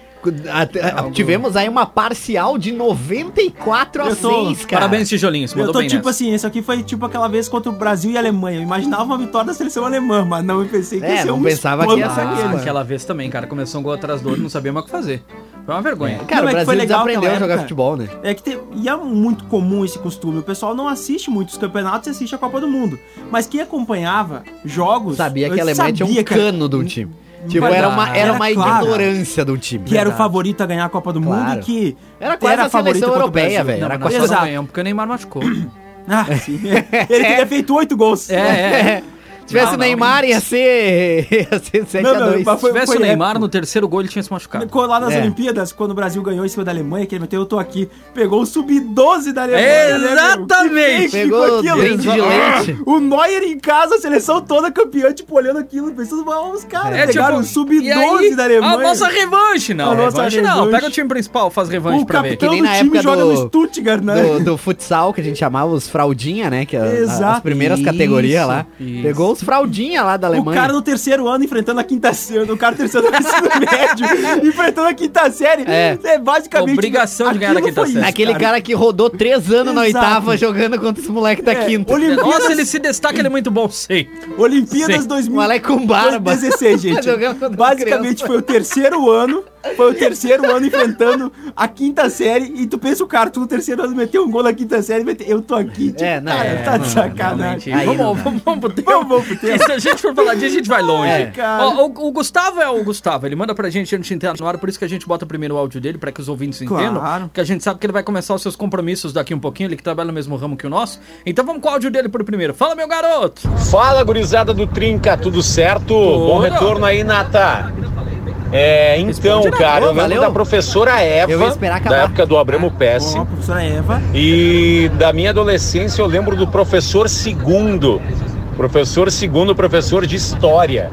S4: Até- ah, Tivemos aí uma parcial de 94 a
S3: Eu tô-
S4: 6, [LAUGHS] cara.
S2: Parabéns, Tijolinho, se
S3: Eu
S2: mandou
S3: tô
S2: bem
S3: tipo
S2: nessa.
S3: assim, isso aqui foi tipo aquela vez contra o Brasil e a Alemanha. Eu imaginava uma vitória da seleção alemã, mas não eu pensei que
S4: É,
S3: ia ser
S4: não
S3: um
S4: pensava que ia
S3: espanto
S4: ser
S3: daquele.
S4: aquele,
S2: Ah,
S4: mano.
S2: aquela vez também, cara. Começou um gol atrás do outro, não sabia mais o que fazer. Foi uma vergonha.
S4: Cara,
S3: Não,
S4: o
S3: é que foi
S4: Brasil
S3: legal
S4: desaprendeu
S3: aquela
S4: a jogar
S3: época.
S4: futebol, né?
S3: É que tem, e é muito comum esse costume. O pessoal não assiste muitos campeonatos e assiste a Copa do Mundo. Mas quem acompanhava jogos.
S4: Sabia que
S3: eu
S4: a Alemanha tinha um
S3: sabia, cara,
S4: cano de um time. Tipo,
S2: Verdade.
S4: era uma, era
S3: Era
S4: uma
S3: claro.
S4: ignorância de um time.
S3: Que era o
S4: Verdade.
S3: favorito a ganhar a Copa do Mundo
S4: Claro.
S3: e que.
S4: Era quase a
S3: favorito
S4: seleção
S3: contra o
S4: europeia,
S3: Brasil.
S4: velho.
S2: Não,
S4: Era
S2: mas nós
S4: quase-
S2: só não
S3: Exato.
S2: ganhamos porque o Neymar machucou.
S3: Ah,
S4: [LAUGHS]
S3: sim. Ele teria feito oito gols. [LAUGHS]
S2: É, é.
S4: Se tivesse
S2: Não,
S4: o
S2: não.
S4: Neymar, ia ser, [LAUGHS] ia ser 7
S3: Não,
S4: a
S3: não,
S4: 2
S3: mas
S2: Se
S3: foi-
S2: tivesse o
S3: foi
S2: Neymar, no terceiro gol ele tinha se machucado.
S3: Ficou lá nas
S4: É.
S3: Olimpíadas, quando o Brasil ganhou em cima da Alemanha, que ele meteu, eu tô aqui. Pegou o sub-12 da Alemanha. né,
S2: Exatamente.
S4: Pegou o brinde de leite.
S3: Ah, O Neuer em casa, a seleção toda campeã, tipo, olhando aquilo, pensando, "Mas os caras pegaram o
S2: É, tipo, e aí,
S3: sub-12 da Alemanha.
S2: A nossa revanche, não.
S3: A nossa
S2: revanche, não.
S3: revanche.
S2: Pega o time principal, faz revanche
S3: o
S2: pra ver.
S4: Que
S3: capitão
S4: nem
S3: do
S4: na
S3: time
S4: época
S3: joga
S4: do-
S3: no Stuttgart, né?
S4: do, do futsal, que a gente chamava os fraldinha, né? Que a- a- as
S3: Exato.
S4: primeiras
S2: Isso,
S4: categorias lá.
S2: isso.
S4: Pegou os fraldinha lá da
S3: O
S4: Alemanha.
S3: cara no terceiro ano enfrentando a quinta série, o cara no terceiro ano [LAUGHS] do ensino médio, enfrentando a quinta série.
S4: É.
S3: basicamente.
S2: Obrigação de ganhar na
S3: aquilo
S2: quinta
S3: foi
S2: série.
S3: isso,
S4: Aquele cara. que rodou três anos na
S3: Exato.
S4: oitava jogando contra esse moleque da
S3: É,
S4: quinta.
S3: Olimpíadas,
S2: Nossa, ele se destaca, ele é muito bom, sei.
S3: Olimpíadas
S2: Sim.
S3: 2000.
S4: Um Moleque com barba. [LAUGHS]
S3: 2016,
S4: Jogando
S3: assim,
S4: contra
S3: gente.
S4: as
S3: Basicamente
S4: crianças.
S3: foi o terceiro ano, foi o terceiro ano enfrentando a quinta série e tu pensa o cara, tu no terceiro ano meteu um gol na quinta série, meteu, eu tô aqui. Tipo,
S4: É, não,
S3: cara,
S4: é,
S3: tá de
S4: não,
S3: sacanagem.
S4: Aí não
S2: vamos,
S4: dá.
S2: vamos, vamos pro tempo.
S3: Vamos, vamos pro
S2: E
S3: tempo.
S2: se a gente for falar disso, a gente vai longe.
S4: É.
S3: cara.
S2: Ó, o, o Gustavo é o Gustavo, ele manda pra gente antes de entrar no ar, por isso que a gente bota primeiro o áudio dele, pra que os ouvintes
S3: Claro.
S2: entendam. Que a gente sabe que ele vai começar os seus compromissos daqui um pouquinho, ele que trabalha no mesmo ramo que o nosso. Então vamos com o áudio dele por primeiro. Fala, meu garoto!
S8: Fala, gurizada do Trinca, tudo certo? Bom retorno aí, Nata. É, então,
S4: Responde na
S8: cara, eu
S4: boa,
S8: lembro
S4: valeu.
S8: da professora
S4: Eu ia
S8: Eva,
S4: esperar acabar. Ah,
S8: da época do Abramo
S3: Ó,
S8: Pesce,
S3: a professora Eva.
S8: e da minha adolescência eu lembro do professor Segundo. Professor Segundo, professor de História.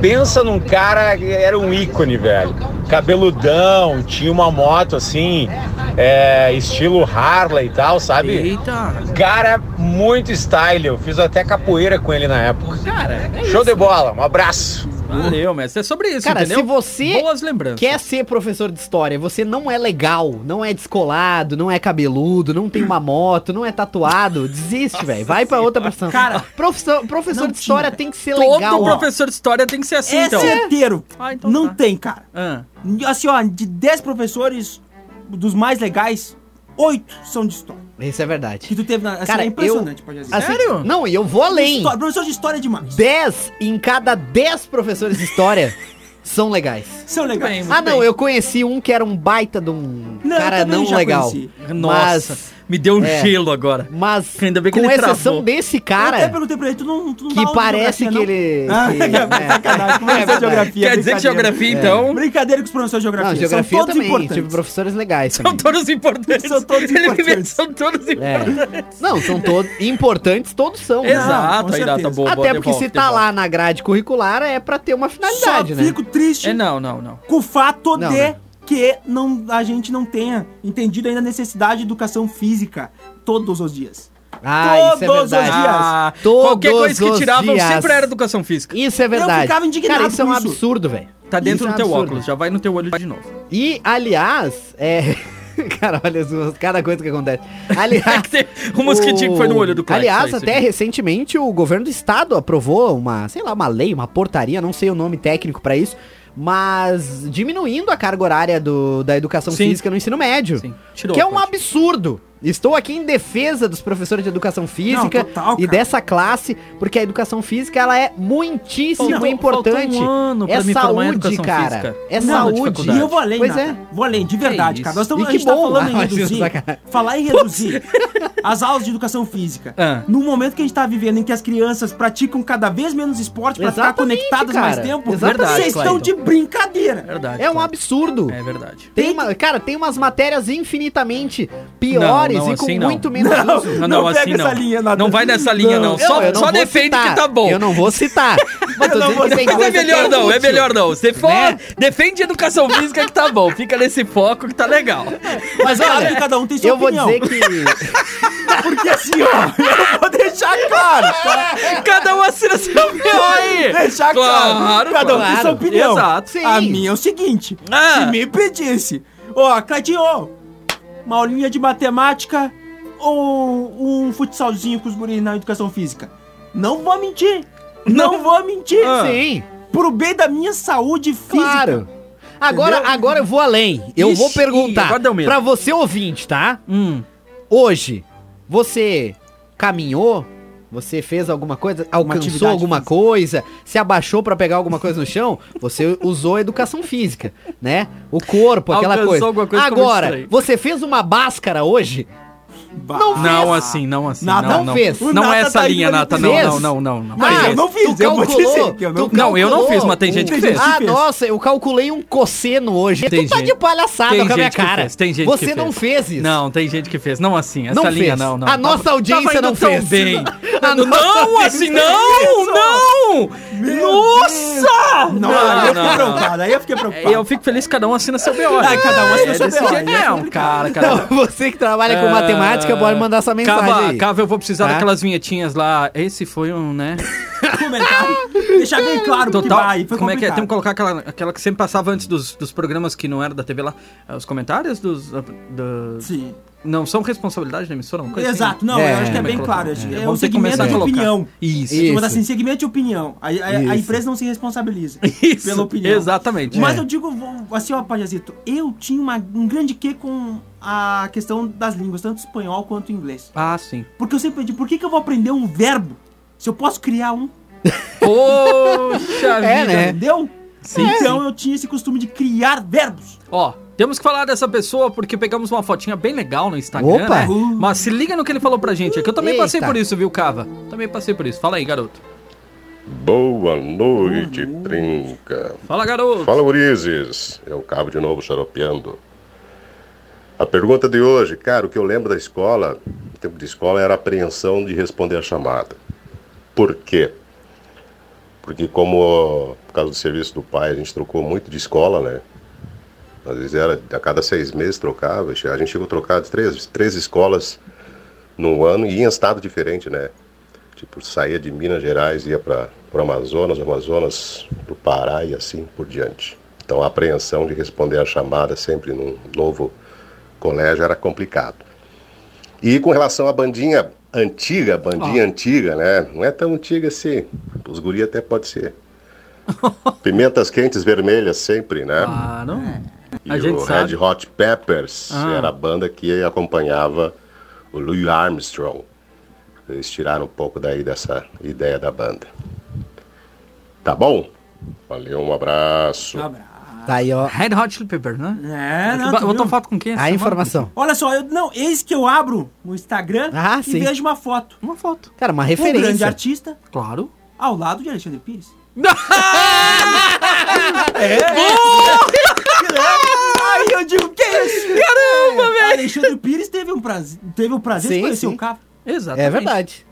S8: Pensa num cara que era um ícone, velho. Cabeludão, tinha uma moto assim, é, estilo Harley e tal, sabe?
S2: Eita!
S8: Cara, muito style. Eu fiz até capoeira com ele na época. Show de bola. Um abraço.
S2: Valeu, mestre. É sobre isso,
S4: Cara,
S2: entendeu?
S4: se você
S2: Boas lembranças.
S4: Quer ser professor de história, você não é legal, não é descolado, não é cabeludo, não tem uma moto, não é tatuado, desiste, velho. Vai pra outra profissão.
S3: Cara,
S4: professor, professor
S3: não
S4: de história tem que ser
S2: Todo
S4: legal.
S2: professor de história tem que ser assim,
S3: é
S2: então.
S3: certeiro.
S2: Ah, então
S3: Não
S2: tá.
S3: tem, cara.
S2: Ah,
S3: Assim, ó, de 10 professores dos mais legais, oito são de história.
S4: Isso é verdade.
S3: Que tu teve na. Assim,
S4: Cara,
S3: é impressionante, pode dizer.
S4: Assim,
S2: Sério?
S4: Não, e eu vou além.
S3: História- professor de história é demais.
S4: 10 em cada 10 professores de história são legais.
S3: São legais.
S2: bem,
S4: Ah, não,
S2: bem.
S4: eu conheci um que era um baita de um
S3: Não, eu
S4: cara
S3: também
S4: não
S3: já
S4: legal.
S3: conheci.
S2: Nossa, me deu um
S4: É.
S2: gelo agora.
S4: Mas,
S2: Ainda bem que
S4: com
S2: ele
S4: exceção
S2: travou.
S4: desse
S3: eu até
S4: cara,
S3: perguntei pra ele, tu não, tu não dá
S4: que
S3: aula de
S4: parece
S3: geografia,
S4: que
S3: não? [LAUGHS]
S4: ele...
S2: [LAUGHS]
S3: Ah,
S4: que- é.
S3: sacanagem, como é que é
S4: É,
S3: geografia?
S2: Quer dizer que
S3: brincadeira.
S2: geografia, então.
S3: Brincadeira com os professores de geografia.
S4: Não, geografia
S3: são
S4: eu
S3: todos
S4: também. tipo, Tive
S3: importantes.
S4: professores legais.
S2: São
S4: também.
S2: todos importantes.
S3: São todos
S2: Ele
S3: importantes.
S2: mesmo, São todos
S4: É.
S2: importantes.
S4: Não, são todos importantes, todos são. né?
S2: Exato,
S3: com
S2: aí data
S3: certeza.
S2: boa.
S4: Até
S2: boa,
S4: porque se
S2: devolve,
S4: tá
S2: devolve.
S4: lá na grade curricular é pra ter uma
S3: Só
S4: finalidade, né?
S3: fico triste
S2: É, não, não, não.
S3: com o fato
S4: Não,
S3: de
S4: né?
S3: que não, a gente não tenha entendido ainda a necessidade de educação física todos os dias.
S4: Ah, isso é
S3: Todos os
S4: verdade.
S3: dias.
S2: Ah,
S4: Todos
S2: qualquer coisa que
S4: os
S2: tiravam
S4: dias.
S2: sempre era educação física.
S4: Isso é verdade.
S3: ficava indignado
S4: Cara, isso é um
S3: com isso.
S4: absurdo, velho.
S2: Tá dentro
S4: Isso é
S2: do teu
S4: absurdo.
S2: óculos, já vai no teu olho de
S4: [LAUGHS]
S2: novo. [LAUGHS]
S4: E, aliás, é. [LAUGHS] Cara, olha as duas, cada coisa que acontece.
S3: [LAUGHS]
S4: Aliás.
S2: Tem um mosquitinho que foi no olho do Clex,
S4: Aliás,
S2: só isso
S4: até
S2: aqui.
S4: recentemente o governo do estado aprovou uma, sei lá, uma lei, uma portaria, não sei o nome técnico pra isso, mas diminuindo a carga horária do, da educação
S2: Sim.
S4: física no ensino médio.
S2: Sim, tirou
S4: que é
S2: a
S4: um
S2: coisa.
S4: absurdo. Estou aqui em defesa dos professores de educação física
S3: Não, total,
S4: e
S3: cara.
S4: dessa classe, porque a educação física ela é muitíssimo
S2: Faltou-
S4: importante.
S2: faltou um ano pra
S4: é
S2: me formar em
S4: saúde,
S2: educação
S4: cara.
S2: física.
S4: É
S2: Um ano de
S4: saúde.
S2: faculdade.
S3: E eu vou além,
S4: Pois
S3: Nata.
S4: é.
S3: Vou além, de verdade,
S2: isso.
S3: cara. Nós
S4: E
S3: estamos, a
S4: que
S3: gente tá
S4: bom, [LAUGHS]
S3: falando em
S4: vai, vai,
S3: reduzir.
S4: sacanagem.
S3: Falar em
S4: [LAUGHS]
S3: reduzir as aulas de educação física.
S2: Ah.
S3: No momento que a gente tá vivendo em que as crianças praticam cada vez menos esporte pra ficar
S4: Exatamente,
S3: conectadas
S4: cara.
S3: mais tempo,
S4: Exatamente,
S3: vocês estão
S2: Clayton.
S3: de
S2: É
S3: brincadeira.
S2: verdade.
S4: É um
S2: Clayton.
S4: absurdo.
S2: É verdade.
S4: Tem uma- cara, tem umas matérias infinitamente piores
S2: Não, não,
S4: e com
S2: assim não.
S4: muito menos uso.
S2: [LAUGHS] Não,
S3: Não
S2: não,
S3: pega
S2: assim
S3: essa
S2: não.
S3: linha, Natan.
S2: não vai nessa linha, não.
S3: Não,
S2: só
S4: eu não
S2: só
S4: vou
S2: defende
S4: citar.
S2: que tá bom.
S4: Eu não vou citar. Mas tô
S3: Eu não
S4: dizendo
S3: vou
S4: que
S2: [LAUGHS]
S4: tem
S2: Mas
S4: coisa
S2: é
S4: que
S2: melhor não, é
S4: útil.
S2: melhor não. Você
S4: Né?
S2: fala, defende educação física que tá bom. Fica nesse foco que tá legal.
S4: Mas
S3: Claro que
S4: olha,
S3: cada um tem sua
S4: eu vou
S3: opinião.
S4: dizer
S2: [LAUGHS]
S4: que...
S3: Porque assim, ó, [LAUGHS] eu vou deixar claro.
S2: Cada um assina seu B.O. aí.
S3: Deixar claro.
S2: Claro,
S3: Cada
S4: Então,
S3: um tem
S2: claro.
S3: sua opinião.
S2: Exato.
S4: é Sim.
S3: A minha é o seguinte:
S2: Ah.
S3: se me pedisse, ó, Cadinho, uma aulinha de matemática ou um futsalzinho com os guris na educação física? Não vou mentir. Não vou mentir.
S2: Ah.
S4: Sim,
S3: Pro bem da minha saúde física.
S4: claro. Agora,
S3: Entendeu?
S4: agora eu vou além. Eu
S2: Ixi,
S4: vou perguntar
S2: agora deu medo.
S4: pra você ouvinte, tá?
S2: Hum.
S4: Hoje, você caminhou? Você fez alguma coisa? Alcançou
S3: atividade
S4: alguma
S3: física.
S4: coisa? Se abaixou pra pegar alguma coisa no chão? Você usou a educação física, né? O corpo, aquela
S2: Alcançou
S4: coisa.
S2: alguma coisa, ficou muito
S4: Agora,
S2: estranho.
S4: você fez uma báscara hoje?
S3: Bah.
S4: Não
S2: Não assim, não assim.
S4: Nada
S2: não,
S4: não fez.
S2: Não,
S3: O
S2: não
S3: Nata
S2: é essa
S3: tá
S2: linha,
S3: indo
S2: Nata.
S3: de
S2: Não,
S4: vez.
S2: não, não, não, não.
S3: Mas eu não fiz,
S4: tu
S3: eu vou
S4: calculou,
S3: dizer que eu não
S4: tu
S3: fiz.
S2: Não, eu não
S4: calculou
S2: fiz, mas tem gente que
S4: um-
S2: fez.
S4: Ah,
S3: Fez.
S4: nossa, eu calculei um cosseno hoje.
S2: Tem
S4: tu tá
S2: gente-
S4: de palhaçada
S2: tem
S4: com a minha
S2: gente que
S4: cara.
S2: fez, tem gente
S4: você
S2: que
S4: não fez isso. [LAUGHS]
S2: Não, tem gente que fez. Não assim, essa
S4: Não
S2: linha
S4: fez.
S2: não, não.
S4: A nossa audiência
S2: indo
S4: não
S2: tão
S4: fez. [LAUGHS]
S2: bem.
S4: A
S2: não,
S4: nossa
S2: assim,
S4: audiência
S2: não,
S3: fez,
S2: não! Nossa!
S3: Não, aí eu fiquei preocupado, aí eu fiquei preocupado.
S2: Eu fico feliz que cada um assina seu B.O.
S3: Ai, cada um assina
S2: É
S3: seu
S2: desse
S3: BO,
S2: jeito.
S3: aí é
S2: Não,
S3: complicado.
S2: cara, cara. Ah,
S4: Então, você que trabalha né? com matemática pode mandar essa mensagem
S2: Cava,
S4: aí.
S2: Cava, eu vou precisar
S4: Tá?
S2: daquelas vinhetinhas lá. Esse foi um,
S4: [LAUGHS]
S2: né?
S3: Comentário, deixar bem claro que
S2: Total.
S3: vai. Foi
S2: como é que é? Temos que
S3: complicado.
S2: colocar aquela, aquela que sempre passava antes dos, dos programas que não era da TV lá. eh, Os comentários dos. da- da-
S3: Sim.
S2: Não são responsabilidade da emissora? Uma coisa assim?
S3: Exato, não,
S4: É,
S3: eu acho que é
S4: vai
S3: bem
S2: colocar.
S3: claro.
S2: É,
S3: É, um
S2: vamos ter que
S3: segmento
S2: começar a
S3: de
S2: colocar.
S3: opinião.
S2: Isso.
S4: Isso.
S3: Mas assim, segmento de opinião. A, a- a
S4: Isso.
S3: empresa não se responsabiliza
S2: Isso,
S3: pela opinião.
S2: exatamente.
S3: Mas
S2: É.
S3: eu digo, vou- assim, ó, Pajazito, eu tinha uma- um grande quê com a questão das línguas, tanto espanhol quanto inglês.
S2: Ah, sim.
S3: Porque eu sempre pedi, por que, que eu vou aprender um verbo se eu posso criar um?
S2: Poxa
S4: [LAUGHS] É,
S2: vida.
S4: né?
S3: Entendeu? então eu tinha esse costume de criar verbos.
S2: Ó, temos que falar dessa pessoa porque pegamos uma fotinha bem legal no Instagram.
S4: Opa!
S2: né? Mas se liga no que ele falou pra gente. É que eu também passei
S4: Eita.
S2: por isso, viu, Cava? Também passei por isso. Fala aí, garoto.
S9: Boa noite, Trinca.
S2: Fala, garoto.
S9: Fala, Urizes. É o Cabo de novo xaropeando. A pergunta de hoje, cara, o que eu lembro da escola, no tempo de escola, era a apreensão de responder a chamada. Por quê? Porque como, por causa do serviço do pai, a gente trocou muito de escola, né? Às vezes era, a cada seis meses trocava, a gente chegou a trocar de três, três escolas no ano e em estado diferente, né? Tipo, saía de Minas Gerais, ia para o Amazonas, Amazonas do Pará e assim por diante. Então a apreensão de responder a chamada sempre num novo colégio era complicado. E com relação à bandinha antiga, bandinha antiga, né? Não é tão antiga assim. Os guri até pode
S2: [LAUGHS]
S9: ser. Pimentas quentes vermelhas sempre, né?
S2: Ah, não.
S9: E
S2: A gente
S9: o
S2: sabe.
S9: Red Hot Peppers
S2: Ah.
S9: era a banda que acompanhava o Louis Armstrong. Eles tiraram um pouco daí dessa ideia da banda. Tá bom? Valeu, um abraço.
S4: Tá aí, ó.
S2: Red Hot Chili Pepper, né?
S3: É, não,
S2: Ba-
S3: tu
S2: Botou
S3: viu?
S2: foto com quem? essa
S4: A
S2: semana?
S4: informação.
S3: Olha só, eu, não, eis que eu abro o Instagram
S4: Ah,
S3: e
S4: sim.
S3: vejo uma foto.
S2: Uma foto.
S4: Cara, uma
S3: Um grande
S4: referência.
S3: artista
S2: Claro.
S3: ao lado de Alexandre Pires. [LAUGHS] É. [LAUGHS] Aí eu digo, que isso? Caramba, velho! Alexandre Pires teve, um prazer, teve o prazer
S4: Sim,
S3: de conhecer
S4: sim.
S3: o Cava.
S2: Exatamente.
S4: É verdade.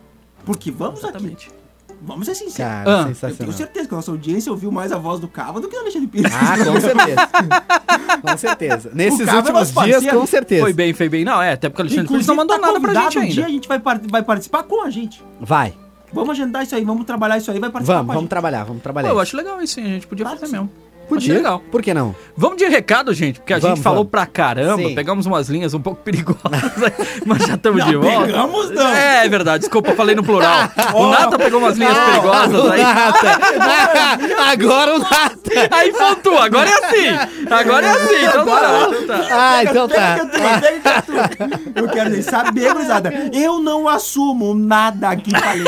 S3: Porque vamos
S2: Exatamente.
S3: aqui, vamos ser sinceros.
S4: Cara,
S2: Ah,
S3: eu tenho
S4: sensacional.
S3: certeza que a nossa audiência ouviu mais a voz do Cava do que do Alexandre Pires.
S4: Ah,
S2: [LAUGHS]
S4: com certeza. com certeza. Nesses
S3: cara é
S4: últimos
S3: nosso
S4: dias,
S3: parceiro.
S4: com certeza.
S2: Foi bem, foi bem. Não, é, até porque o Alexandre Cruz
S3: Inclusive,
S2: não mandou
S3: tá
S2: nada pra
S3: convidado,
S2: gente
S3: um dia
S2: ainda.
S3: a gente vai, par- vai participar com a gente.
S4: Vai.
S3: Vamos agendar isso aí, vamos trabalhar isso aí, vai participar
S4: Vamos,
S3: com a
S4: vamos
S3: gente.
S4: trabalhar, vamos
S2: Pô,
S4: trabalhar.
S2: eu acho legal isso, hein? A gente podia
S3: Claro
S2: fazer
S3: que sim.
S2: mesmo.
S4: Podia.
S2: Acho legal.
S4: Por que não?
S2: Vamos de recado, gente, porque a
S4: Vamos,
S2: gente falou
S4: vamos.
S2: pra caramba,
S4: Sim.
S2: pegamos umas linhas um pouco perigosas, [LAUGHS] mas já estamos de volta.
S3: pegamos, não.
S2: É, é verdade, desculpa, eu falei no
S4: Ah, [LAUGHS]
S2: plural. O Nata pegou umas linhas perigosas aí. [LAUGHS]
S4: Nata. Ah, Agora o Nata.
S2: Aí pontua, agora é assim. Agora é assim, então tá. então tá.
S4: Ah, então
S3: Pega
S4: tá.
S3: que eu tenho, pega que eu tenho. Eu quero nem saber, gurizada. Eu não assumo nada que falei.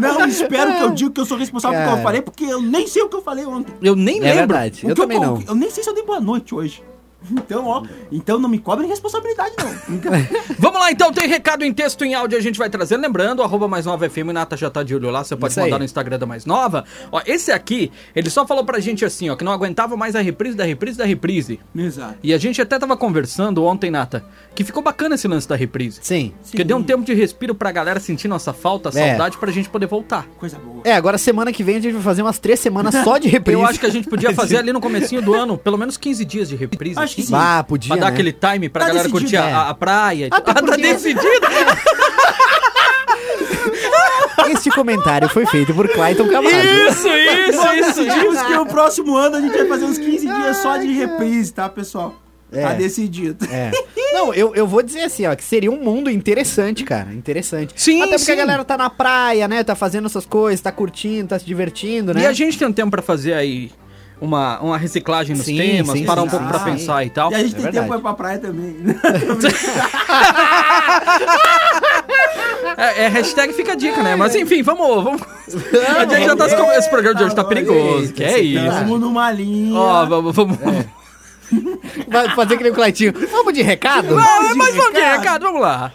S3: Não espero que eu diga que eu sou responsável pelo que eu
S4: Cara.
S3: falei, porque eu nem sei o que eu falei ontem.
S2: Eu nem
S4: É
S2: lembro.
S4: verdade.
S3: O
S4: Eu
S3: que
S4: também
S3: con-
S4: não.
S3: Eu nem sei se eu dei boa noite hoje. Então, ó, então não me cobrem responsabilidade, não.
S4: [LAUGHS]
S2: Vamos lá então, tem recado em texto e em áudio a gente vai trazer. Lembrando, arroba mais nova FM, Nata já tá de olho lá, você pode
S4: Isso aí.
S2: mandar no Instagram da mais nova. Ó, esse aqui, ele só falou pra gente assim, ó, que não aguentava mais a reprise da reprise da reprise.
S3: Exato.
S2: E a gente até tava conversando ontem, Nata, que ficou bacana esse lance da reprise.
S4: Sim.
S2: Porque deu um tempo de respiro pra galera sentir nossa falta, saudade, pra gente poder voltar.
S3: Coisa boa.
S4: É, agora semana que vem a gente vai fazer umas três semanas só de
S2: [LAUGHS]
S4: reprise.
S2: Eu acho que é a gente
S4: [LAUGHS]
S2: podia fazer ali no comecinho do ano, pelo menos 15 dias de reprise.
S3: Acho que sim.
S4: Ah, podia,
S2: assim, Pra dar
S4: né?
S2: aquele time pra
S3: Tá
S2: galera
S3: decidido,
S2: curtir a-
S4: é.
S2: a, a praia. e
S4: Até
S2: tudo. Ah, tá
S4: porque- [LAUGHS]
S2: decidido?
S4: Este comentário foi feito por Clayton Camargo.
S2: Isso, isso,
S3: Nós
S2: isso, isso.
S3: decidimos que o próximo ano a gente vai fazer uns 15 dias só de reprise, tá, pessoal?
S4: É.
S3: Tá decidido.
S4: É. Não, eu, eu vou dizer assim, ó, que seria um mundo interessante, cara. Interessante.
S2: Sim,
S4: Até porque
S2: sim.
S4: a galera tá na praia, né? Tá fazendo essas coisas, tá curtindo, tá se divertindo, né?
S2: E a gente tem um tempo pra fazer aí uma, uma reciclagem nos
S4: Sim,
S2: temas,
S4: sim,
S2: parar um
S4: sim,
S2: pouco
S4: sim,
S2: pra
S4: sim.
S2: pensar e tal.
S3: E a gente
S4: É
S3: tem
S4: verdade.
S3: tempo pra ir pra
S2: [LAUGHS]
S3: praia também.
S2: É, é, hashtag fica a dica, né? Mas enfim, vamos. vamos... a gente já tá se com... Esse programa de hoje tá perigoso.
S4: eita,
S2: Que é
S4: esse É.
S2: isso?
S3: Vamos numa linha.
S2: Ó, vamos. vamos...
S4: Vai fazer que nem o Claytinho. Vamos de recado?
S2: Ah, mas vamos de recado, vamos lá.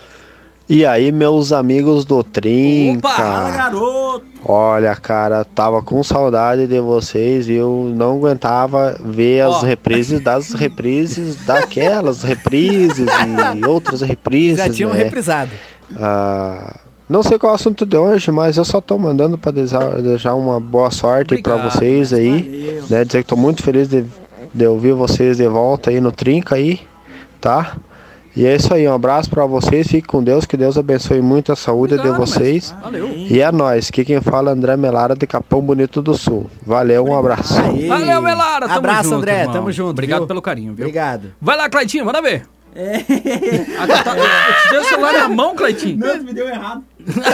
S10: E aí, meus amigos do
S2: Opa!
S10: Trinca.
S3: Fala, garoto.
S10: Olha, cara, tava com saudade de vocês e eu não aguentava ver
S2: Ó.
S10: as reprises das reprises daquelas reprises
S9: [LAUGHS]
S10: e outras reprises,
S4: Já tinham
S10: né?
S4: reprisado.
S10: Ah, não sei qual é o assunto de hoje, mas eu só tô mandando pra desa- desejar uma boa sorte pra
S2: Obrigado,
S10: vocês aí,
S3: valeu.
S10: né? Dizer que tô muito feliz de, de ouvir vocês de volta aí no Trinca aí, tá? E é isso aí, um abraço pra vocês, fiquem com Deus, que Deus abençoe muito a saúde
S2: Obrigado,
S10: de vocês.
S2: Valeu.
S10: E é nóis, que quem fala é André Melara de Capão Bonito do Sul. Valeu, um abraço.
S2: Valeu, Melara. Tamo
S4: Abraço,
S2: junto,
S4: André.
S2: irmão.
S4: Tamo junto.
S2: Obrigado
S4: viu?
S2: pelo carinho, viu?
S4: Obrigado.
S2: Vai lá, Cleitinho, manda ver. Ah, tá- Eu te dei o celular na mão, Cleitinho.
S3: Não, tu me deu errado.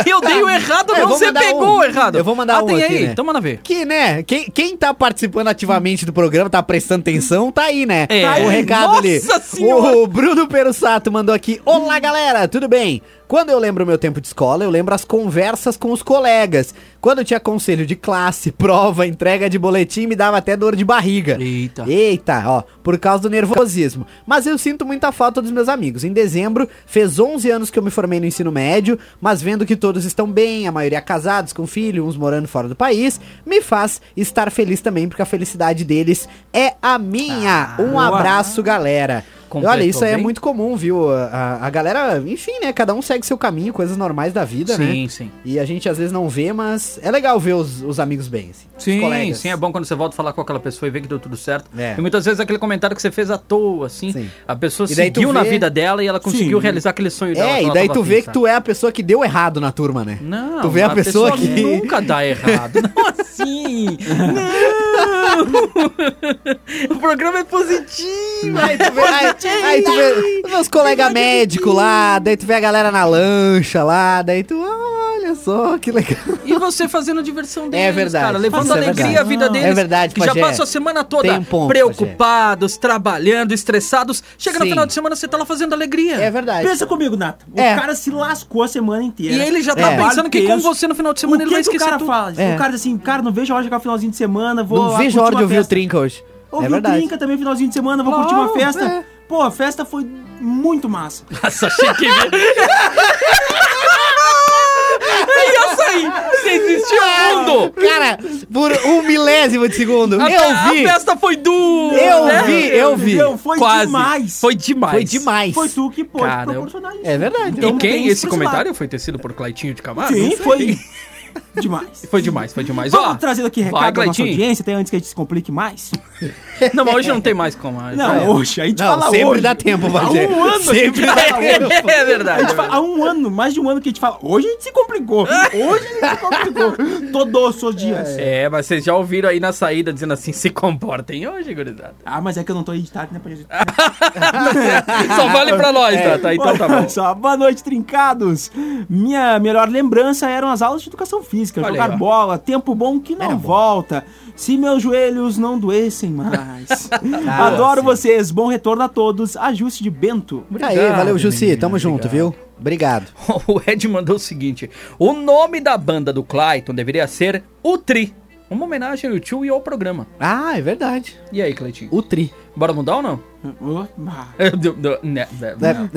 S2: Eu dei o errado,
S4: Eu
S2: não.
S4: vou
S2: Você
S4: mandar
S2: pegou
S4: um.
S2: o errado.
S4: Eu vou mandar
S2: ah,
S4: um
S2: tem
S4: aqui,
S2: aí.
S4: né?
S2: Então manda ver.
S4: Que, né? Quem, quem tá participando ativamente do programa, tá prestando atenção, tá aí, né?
S2: É.
S4: Tá aí. O recado
S2: Nossa
S4: ali.
S2: Senhora!
S4: O Bruno Perussato mandou aqui. Olá, galera, tudo bem? Quando eu lembro o meu tempo de escola, eu lembro as conversas com os colegas. Quando eu tinha conselho de classe, [LAUGHS] prova, entrega de boletim, me dava até dor de barriga.
S2: Eita.
S4: Eita, ó, por causa do nervosismo. Mas eu sinto muita falta dos meus amigos. Em dezembro, fez 11 anos que eu me formei no ensino médio, mas vendo que todos estão bem, a maioria casados, com filho, uns morando fora do país, me faz estar feliz também, porque a felicidade deles é a minha. um abraço, galera.
S2: Completou
S4: Olha, isso aí é
S2: bem?
S4: muito comum, viu? A, a- a galera, enfim, né? Cada um segue seu caminho, coisas normais da vida, né?
S2: Sim, sim.
S4: E a gente às vezes não vê, mas é legal ver os, os amigos bem, assim. os
S2: Sim,
S4: colegas.
S2: sim, é bom quando você volta a falar com aquela pessoa e vê que deu tudo certo.
S4: É.
S2: E muitas vezes aquele comentário que você fez à toa, assim,
S4: Sim.
S2: a pessoa
S4: E daí tu
S2: seguiu na
S4: vê-
S2: vida dela e ela conseguiu
S3: Sim.
S2: realizar aquele sonho dela.
S4: É,
S2: ela
S4: e daí
S2: tava
S4: tu vê
S2: afim,
S4: que
S2: sabe?
S4: tu é a pessoa que deu errado na turma, né?
S2: Não,
S4: tu vê a pessoa que-
S2: nunca dá errado.
S4: [LAUGHS]
S2: Não assim. não. o programa é positivo.
S4: Aí tu vê, [LAUGHS] aí, aí tu vê meus colegas médicos lá, daí tu vê a galera na lancha lá, daí tu, olha só, que legal.
S2: E você fazendo a diversão deles,
S4: É verdade,
S2: cara, levando
S4: isso é
S2: alegria
S4: verdade.
S2: à vida
S4: Ah,
S2: deles.
S4: é verdade,
S2: que já
S4: Pajé.
S2: passam a semana toda
S4: Tem um ponto,
S2: preocupados, trabalhando, estressados. Chega no
S4: Sim.
S2: final de semana, você tá lá fazendo alegria.
S4: É verdade.
S3: Pensa comigo, Nata. O
S4: É.
S3: cara se lascou a semana
S2: E
S3: inteira.
S2: ele já tá
S4: É.
S2: pensando que com
S3: Penso.
S2: você no final de
S3: O
S2: semana
S3: que,
S2: ele vai
S3: que o
S2: esquecer
S3: cara
S2: tudo.
S3: faz?
S4: É.
S3: O cara diz assim, cara, não vejo a hora de chegar o finalzinho de semana, vou
S4: Não
S3: lá
S4: vejo a hora
S3: curtir
S4: de
S3: uma
S4: ouvir o
S3: festa.
S4: Trinca hoje.
S3: Ouvi
S4: é
S3: o
S4: verdade. é.
S3: Trinca também finalzinho de semana, vou curtir uma festa. Pô, a festa foi muito massa.
S2: Nossa, Tá achei que
S3: É
S2: E essa aí? Se existe
S3: Ah,
S2: o mundo!
S4: Cara, por um milésimo de segundo,
S2: A,
S4: eu vi,
S2: a festa foi dura!
S4: eu
S2: né?
S4: vi, eu vi.
S3: É, Entendeu? Foi
S2: Quase.
S3: demais.
S2: Foi demais.
S4: Foi demais.
S3: Foi tu que pôde
S2: Cara, eu-
S3: proporcionar isso.
S4: É verdade.
S2: E
S3: Então
S2: quem?
S3: tem isso
S2: Esse
S3: pra esse
S2: comentário foi tecido por Claitinho de Camargo?
S3: Sim, foi [LAUGHS] demais.
S2: Foi demais, foi demais.
S3: Vamos
S2: Ó,
S3: trazendo aqui
S2: vai,
S3: recado da nossa
S2: Cleitinho.
S3: audiência, até antes que a gente se complique mais.
S2: Não, mas hoje não tem mais como.
S3: Não,
S2: é.
S3: hoje, a gente
S4: Não,
S3: fala
S4: sempre
S3: hoje.
S4: dá tempo,
S3: Há
S4: Bagé.
S3: um ano
S4: Sempre
S3: a gente
S2: [LAUGHS]
S3: fala hoje.
S2: É
S3: A gente
S2: verdade.
S3: fala- há um ano, mais de um ano que a gente fala, hoje a gente se complicou, hoje a gente se complicou, todos os dias.
S2: É, mas vocês já ouviram aí na saída dizendo assim, se comportem hoje, gurizada. [LAUGHS]
S3: Ah, mas é que eu não tô editado, né, pra gente...
S2: Só vale pra nós,
S3: É.
S2: tá? tá? Então tá
S3: Olha
S2: bom.
S3: só, boa noite, trincados. Minha melhor lembrança eram as aulas de educação física,
S2: Olha
S3: jogar
S2: aí, ó.
S3: bola, tempo bom que não volta. Se meus joelhos não doessem
S2: [LAUGHS]
S3: mais. Adoro vocês, bom retorno a todos. Ajuste de Bento.
S4: Aí, valeu, Jussi.
S2: menino,
S4: Tamo junto, viu? Obrigado.
S2: [LAUGHS] O Ed mandou o seguinte: o nome da banda do Clayton deveria ser O Tri. Uma homenagem ao tio e ao programa.
S4: Ah, é verdade.
S2: E aí, Cleitinho?
S4: O Tri.
S2: Bora mudar ou não? É, do- do- né, né, não.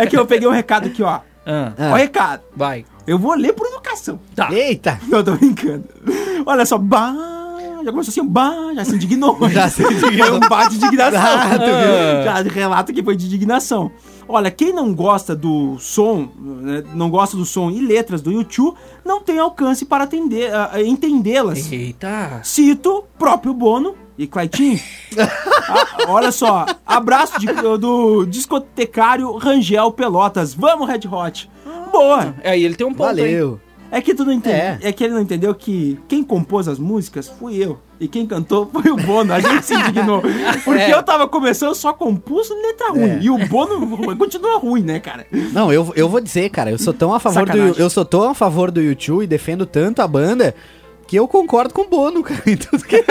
S3: É que eu peguei um recado aqui, ó.
S2: Ah,
S4: [LAUGHS] Ah.
S3: Ó, o recado.
S2: vai.
S3: Eu vou ler por educação.
S2: Tá.
S4: Eita!
S3: Não, tô brincando. Olha só, bah, já começou assim, bah, já se indignou.
S4: [LAUGHS] Já se indignou.
S3: Foi um [LAUGHS] bah de indignação.
S4: Ah, tu
S2: viu?
S3: Já relata que foi de indignação. Olha, quem não gosta do som, né, não gosta do som e letras do YouTube, não tem alcance para atender, ah, ah, entendê-las.
S2: Eita.
S3: Cito próprio Bono e
S4: [LAUGHS]
S3: Claitinho. Ah, olha só, abraço de- do discotecário Rangel Pelotas. Vamos, Red Hot.
S4: Ah,
S3: Boa!
S2: É, aí ele tem um ponto. hein?
S4: Valeu.
S3: É que tu não entende,
S4: É.
S3: é. que ele não entendeu que quem compôs as músicas fui eu. E quem cantou foi o Bono. A gente se
S4: [LAUGHS]
S3: indignou. Porque
S2: É.
S3: eu tava começando, eu só compus letra
S4: É.
S3: ruim. E o Bono continua ruim, né, cara?
S4: Não, eu, eu vou dizer, cara, eu sou tão a favor
S3: Sacanagem.
S4: do eu sou tão a favor do YouTube e defendo tanto a banda que eu concordo com o Bono, cara. em tudo
S3: [LAUGHS]
S4: que-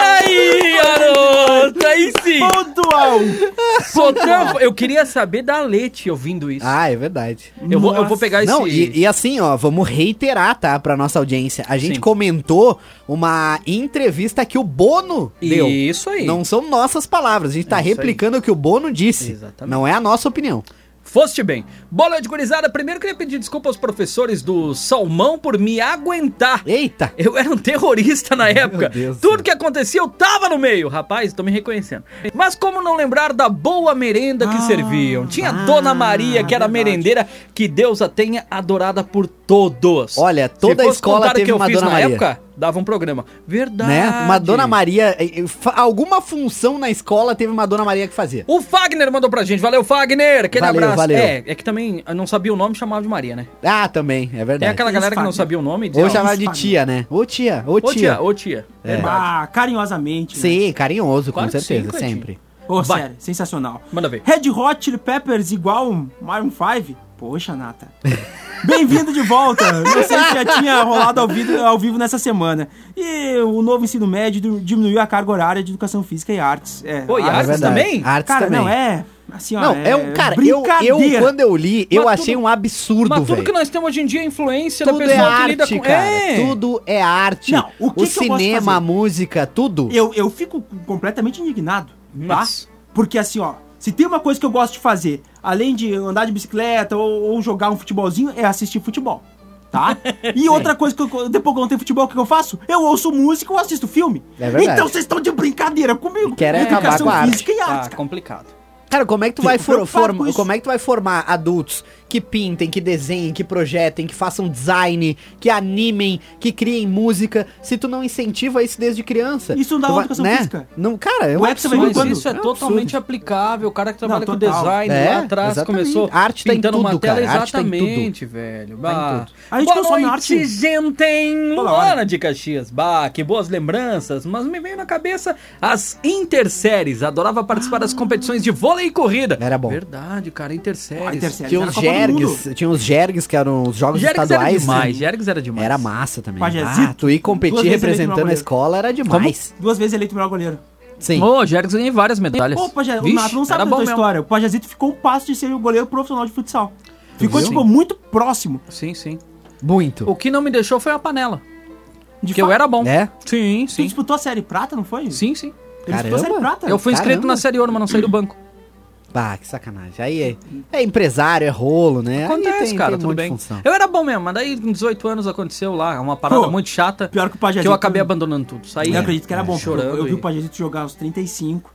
S2: Aí, garoto! Aí sim!
S3: Pontual!
S4: É
S2: Botão, eu queria saber da Leti ouvindo isso.
S4: Ah, é verdade.
S2: eu, vou, eu vou pegar esse.
S4: Não, e, e assim, ó, vamos reiterar, tá, pra nossa audiência. A gente
S2: Sim.
S4: comentou uma entrevista que o Bono deu.
S2: Isso aí.
S4: Não são nossas palavras, a gente tá
S2: É isso aí.
S4: replicando o que o Bono disse.
S2: Exatamente.
S4: Não é a nossa opinião.
S2: Foste bem. Bola de gurizada, primeiro queria pedir desculpa aos professores do Salmão por me aguentar.
S4: Eita!
S2: Eu era um terrorista na época.
S4: Deus do
S2: Tudo
S4: céu.
S2: que acontecia, eu tava no meio. Rapaz, tô me reconhecendo. Mas como não lembrar da boa merenda
S4: Ah,
S2: que serviam? Tinha a Dona Maria, que era a merendeira, que Deus a tenha adorada por todos.
S4: Olha,
S2: Se
S4: toda a
S2: fosse contar
S4: escola
S2: o
S4: teve
S2: que eu
S4: uma
S2: fiz
S4: Dona
S2: na
S4: Maria.
S2: época, dava um programa. Verdade.
S4: Né? Uma Dona Maria. eh, eh, fa- Alguma função na escola teve uma Dona Maria que fazia.
S2: O Fagner mandou pra gente. Valeu, Fagner. Aquele
S4: Valeu,
S2: abraço.
S4: valeu.
S2: É, é que também eu não sabia o nome, chamava de Maria, né?
S4: Ah, também, é
S2: Tem
S4: verdade.
S2: aquela galera que não
S3: Fagner.
S2: sabia o nome e dizia,
S4: Ou
S2: ó,
S4: chamar de tia, né? Ô tia, ô
S2: Ô
S4: tia.
S2: tia, ô tia.
S4: É.
S3: Ah, carinhosamente. né?
S4: Sim, carinhoso,
S2: Claro
S4: com
S2: que sim,
S4: certeza,
S2: Cleitinho.
S4: sempre.
S3: Ô,
S2: Vai.
S3: sério, sensacional.
S2: Manda ver.
S3: Red Hot Chili Peppers igual um Maroon 5? Poxa, Nata. Bem-vindo de volta! Não sei se já tinha rolado ao vivo, ao vivo nessa semana. E o novo ensino médio du- diminuiu a carga horária de educação física e artes. É,
S2: Pô, e
S4: É
S2: artes
S4: verdade.
S2: também?
S4: Artes
S3: Cara,
S4: também.
S3: não, é. Assim, ó,
S4: Não, é um. Cara, eu, eu,
S3: brincadeira.
S4: quando eu li, eu
S2: Ah, Mas
S4: achei
S2: tudo-
S4: um absurdo,
S2: Mas
S4: velho.
S2: tudo que nós temos hoje em dia é influência
S4: Tudo
S2: da
S4: é
S2: pessoa que lida
S4: arte,
S2: com...
S4: cara.
S2: É.
S4: Tudo é arte.
S3: Não, o que que eu gosto de
S4: cinema, a
S3: fazer?
S4: música, tudo.
S3: eu, eu fico completamente indignado, tá?
S2: Mas-
S3: Porque assim, ó, se tem uma coisa que eu gosto de fazer, além de andar de bicicleta ou, ou jogar um futebolzinho, é assistir futebol.
S2: [LAUGHS]
S3: Tá? E outra coisa que eu, depois que eu não tenho futebol, o que que eu faço? Eu ouço música ou assisto filme.
S4: É verdade.
S3: Então vocês estão de brincadeira comigo.
S4: Querem acabar com a arte.
S3: física e é arte.
S2: Tá
S3: cara.
S2: complicado.
S4: Cara, como é que tu
S3: Fico
S4: vai for,
S3: preocupado
S4: forma-
S3: com isso.
S4: como é que tu vai formar adultos que pintem, que desenhem, que projetem, que façam design, que animem, que criem música, se tu não incentiva isso desde criança?
S3: Isso não dá
S4: Tu vai- né?
S3: educação
S2: né?
S3: física.
S4: Não, cara, é um
S3: Como é que você vai
S4: absurdo.
S2: Mas
S3: quando-
S2: isso é,
S4: um absurdo.
S2: totalmente aplicável. O cara que trabalha
S3: Não,
S2: com
S3: total.
S2: design
S4: É,
S2: lá atrás
S4: exatamente.
S2: começou
S4: Arte tá em
S2: pintando
S4: tudo,
S2: uma tela.
S4: cara. Arte tá em tudo.
S2: exatamente, velho.
S4: em
S2: Bah.
S4: tudo.
S3: A gente
S2: Boa
S3: consome
S2: noite,
S3: arte.
S2: gente. hein?
S3: Toda hora.
S2: Luana de Caxias. Bah, que boas lembranças. Mas me veio na cabeça as interséries. Adorava participar
S3: Ah.
S2: das competições de vôlei e corrida.
S4: Era bom.
S2: Verdade, cara. Interséries.
S3: Ah, Interséries
S4: Tinha
S3: era
S4: os
S3: Copa do Mundo.
S4: Jergues, tinha os Jergues que eram os jogos
S2: Jergues era
S4: estaduais.
S2: demais.
S4: né?
S2: Jergues era demais.
S4: Era massa também.
S3: Pajazito.
S4: Ah, tu ir
S3: Duas
S4: competir
S3: vezes eleito
S4: representando a
S3: melhor
S4: escola era demais.
S3: Duas vezes eleito o melhor goleiro.
S4: Sim.
S2: Ô, o Jergues ganhei várias medalhas.
S3: Pô, Pajé, o
S2: Vixe,
S3: Nato não sabe
S2: era
S3: da
S2: bom
S3: tua
S2: mesmo.
S3: história. O Pajazito ficou um passo de ser o goleiro profissional de futsal. Ficou,
S2: viu?
S3: tipo, muito próximo.
S2: Sim, sim.
S4: Muito.
S2: O que não me deixou foi a panela.
S3: De
S2: que eu
S3: fato.
S2: era bom.
S4: É?
S2: Sim,
S3: Tu
S2: sim.
S3: disputou a série prata, não foi?
S2: Sim, sim.
S3: Ele disputou a série
S4: Caramba.
S3: prata.
S2: Eu fui inscrito
S4: Caramba.
S2: na Série Ouro, mas não saí do banco.
S4: Pá, que sacanagem. Aí é, é empresário, é rolo, né? Aí
S2: Acontece,
S4: tem-
S2: cara,
S4: tem um
S2: tudo
S4: monte de
S2: bem.
S4: função.
S2: Eu era bom mesmo, mas daí com 18 anos aconteceu lá uma parada
S3: Pô,
S2: muito chata.
S3: pior que o Pajé
S2: Que eu
S3: Zito-
S2: acabei abandonando tudo. Saí.
S3: Eu acredito que era bom, porque
S2: chorando.
S3: eu, eu vi
S2: e-
S3: o Pajazito jogar aos 35,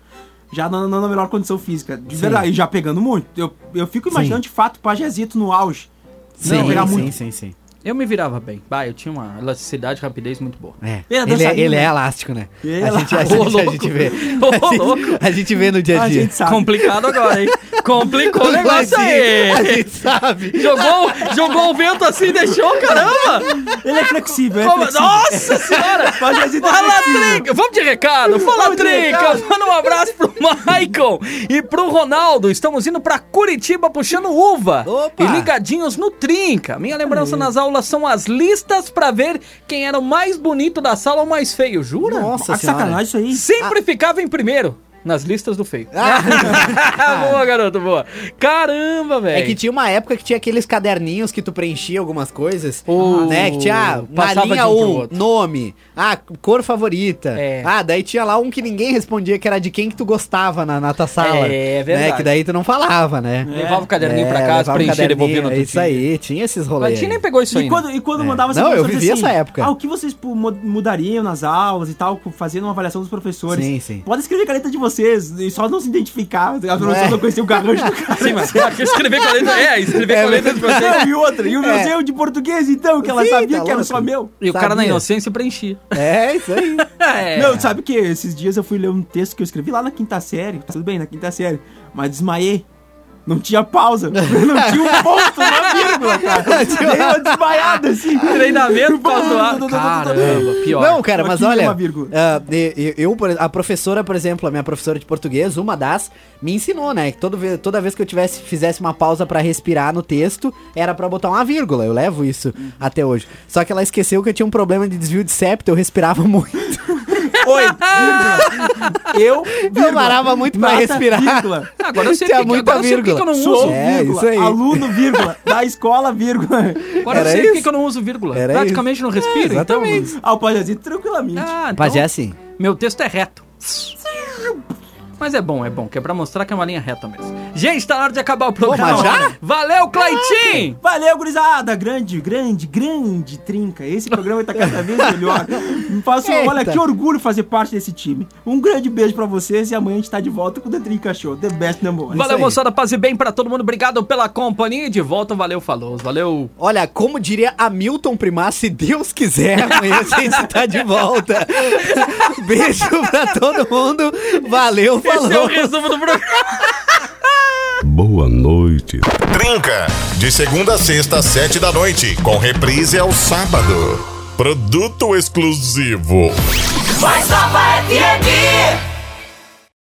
S3: já na, na- na melhor condição física. De verdade, e já pegando muito. Eu, eu fico imaginando de fato o Pajazito no auge.
S4: Sim,
S3: Não, era
S4: sim,
S3: muito.
S4: sim, sim.
S2: Eu me virava bem. Bah, eu tinha uma elasticidade, rapidez muito boa.
S4: É.
S3: Ele é
S4: Ele, é,
S3: dançarino,
S4: ele é
S3: né?
S4: elástico, né?
S3: Ele
S4: a,
S3: é
S4: gente, a,
S2: elástico. Ô,
S4: gente, a
S2: louco.
S4: gente vê.
S2: Ô,
S4: a, gente,
S2: louco.
S4: a gente vê no dia a
S3: A
S4: dia.
S3: gente sabe.
S2: Complicado agora,
S3: [LAUGHS]
S2: hein? Complicou é o negócio
S4: A
S2: aí.
S4: gente sabe.
S2: Jogou, jogou o vento assim e deixou, caramba!
S3: Ele é flexível, é
S2: Como-
S3: flexível.
S2: Nossa senhora!
S3: Pajazito é
S2: Fala,
S3: flexível.
S2: Trinca! Vamos de recado! Fala,
S3: Vamos de
S2: Trinca!
S3: recado.
S2: Manda um abraço pro Maicon e pro Ronaldo. Estamos indo pra Curitiba puxando uva
S4: Opa.
S2: e ligadinhos no Trinca. Minha lembrança nas aulas aula são as listas pra ver quem era o mais bonito da sala ou o mais feio. Jura?
S4: Nossa
S3: Ah, que
S4: senhora.
S3: sacanagem isso aí.
S2: Sempre ficava em primeiro nas listas do feio. [LAUGHS] boa, garoto, boa. Caramba,
S4: É
S2: velho.
S4: que tinha uma época que tinha aqueles caderninhos que tu preenchia algumas coisas,
S2: O-
S4: né? Que tinha na
S2: Passava
S4: linha
S2: de um pro
S4: 1,
S2: outro.
S4: nome, ah, cor favorita.
S2: É.
S4: Ah, daí tinha lá um que ninguém respondia, que era de quem que tu gostava na, na tua sala.
S2: É, é
S4: né,
S2: verdade.
S4: Que daí tu não falava, né?
S2: Levava o caderninho
S4: É,
S2: pra
S4: levava
S2: casa,
S4: o
S2: preenchia, devolvia no
S4: caderninho,
S2: outro
S4: é Isso
S2: dia.
S4: aí, tinha esses
S2: Mas a
S4: rolê.
S2: gente nem
S4: aí.
S2: pegou isso
S3: E
S2: aí.
S3: quando, e quando
S4: É.
S3: mandava
S4: Não, eu
S3: professora
S4: vivi
S3: dizer
S4: essa época.
S3: Ah, o que vocês pô, mu- mudariam nas aulas e tal, fazendo uma avaliação dos professores?
S4: Sim, sim.
S3: Pode escrever caneta de vocês e só não se identificar. tá A professora
S4: é?
S3: não conhecia o
S4: [LAUGHS]
S3: garrancho do cara.
S2: Sim, mas aqui escrever com a letra. É, escrever com a letra de vocês.
S3: Não, e outra, e o meu
S4: É.
S3: de português, então, que ela
S4: Sim,
S3: sabia
S4: tá
S3: que era
S4: louco.
S3: só meu.
S2: E o cara na
S4: Sabia.
S2: inocência preenchia.
S4: É, isso aí.
S2: É.
S3: Não, sabe que esses dias eu fui ler um texto que eu escrevi lá na quinta série, tá tudo bem, na quinta série, mas desmaiei. Não tinha pausa, não tinha
S4: [LAUGHS]
S3: um ponto na vírgula, cara. Dei uma desmaiada, assim.
S2: Treinamento pausual. Caramba, pior.
S4: Não, cara,
S3: Aqui
S4: mas
S3: é
S4: olha.
S3: uma vírgula.
S4: ah, e- e- eu, por- a professora, por exemplo, a minha professora de português, uma das, me ensinou, né? Que todo, ve- toda vez que eu tivesse, fizesse uma pausa pra respirar no texto, era pra botar uma vírgula. Eu levo isso até hoje. Só que ela esqueceu que eu tinha um problema de desvio de septo, eu respirava [LAUGHS] muito.
S3: Oi, vírgula. Eu, vírgula.
S4: parava muito pra
S3: Nata,
S4: respirar.
S3: Vírgula.
S2: Ah, Agora eu sei
S4: Tinha
S2: porque,
S4: muita
S2: agora eu sei porque que
S4: vírgula.
S2: eu não
S3: Sou,
S2: uso.
S4: É,
S3: vírgula.
S4: isso aí.
S3: Aluno, vírgula. Da escola,
S4: [LAUGHS]
S3: vírgula.
S2: Agora
S4: Era
S2: eu sei
S4: isso?
S2: porque que eu não uso vírgula.
S4: Era É,
S2: Praticamente não respiro, então.
S3: Ah, o Pajazito, tranquilamente.
S2: Ah, então
S4: Mas é assim.
S2: Meu texto é reto. Mas é bom, é bom, que é pra mostrar que é uma linha reta mesmo. Gente, tá na hora de acabar o programa.
S4: mas já?
S2: Valeu, Claitinho!
S3: Valeu, gurizada! Grande, grande, grande trinca. Esse programa tá cada vez melhor. Me faço,
S4: Eita.
S3: olha, que orgulho fazer parte desse time. Um grande beijo pra vocês e amanhã a gente tá de volta com o The Trinca Show. The best number one.
S2: Valeu,
S4: aí.
S2: moçada, paz e bem pra todo mundo. Obrigado pela companhia. E De volta, valeu, falou, valeu.
S4: Olha, como diria Hamilton Primar, se Deus quiser, amanhã a gente tá de volta. [LAUGHS] Beijo pra todo mundo. Valeu, falou.
S2: Esse é o resumo do programa.
S7: Boa noite.
S11: Trinca. De segunda a sexta, às sete da noite. Com reprise ao sábado. Produto exclusivo.
S5: Vai Samba FM!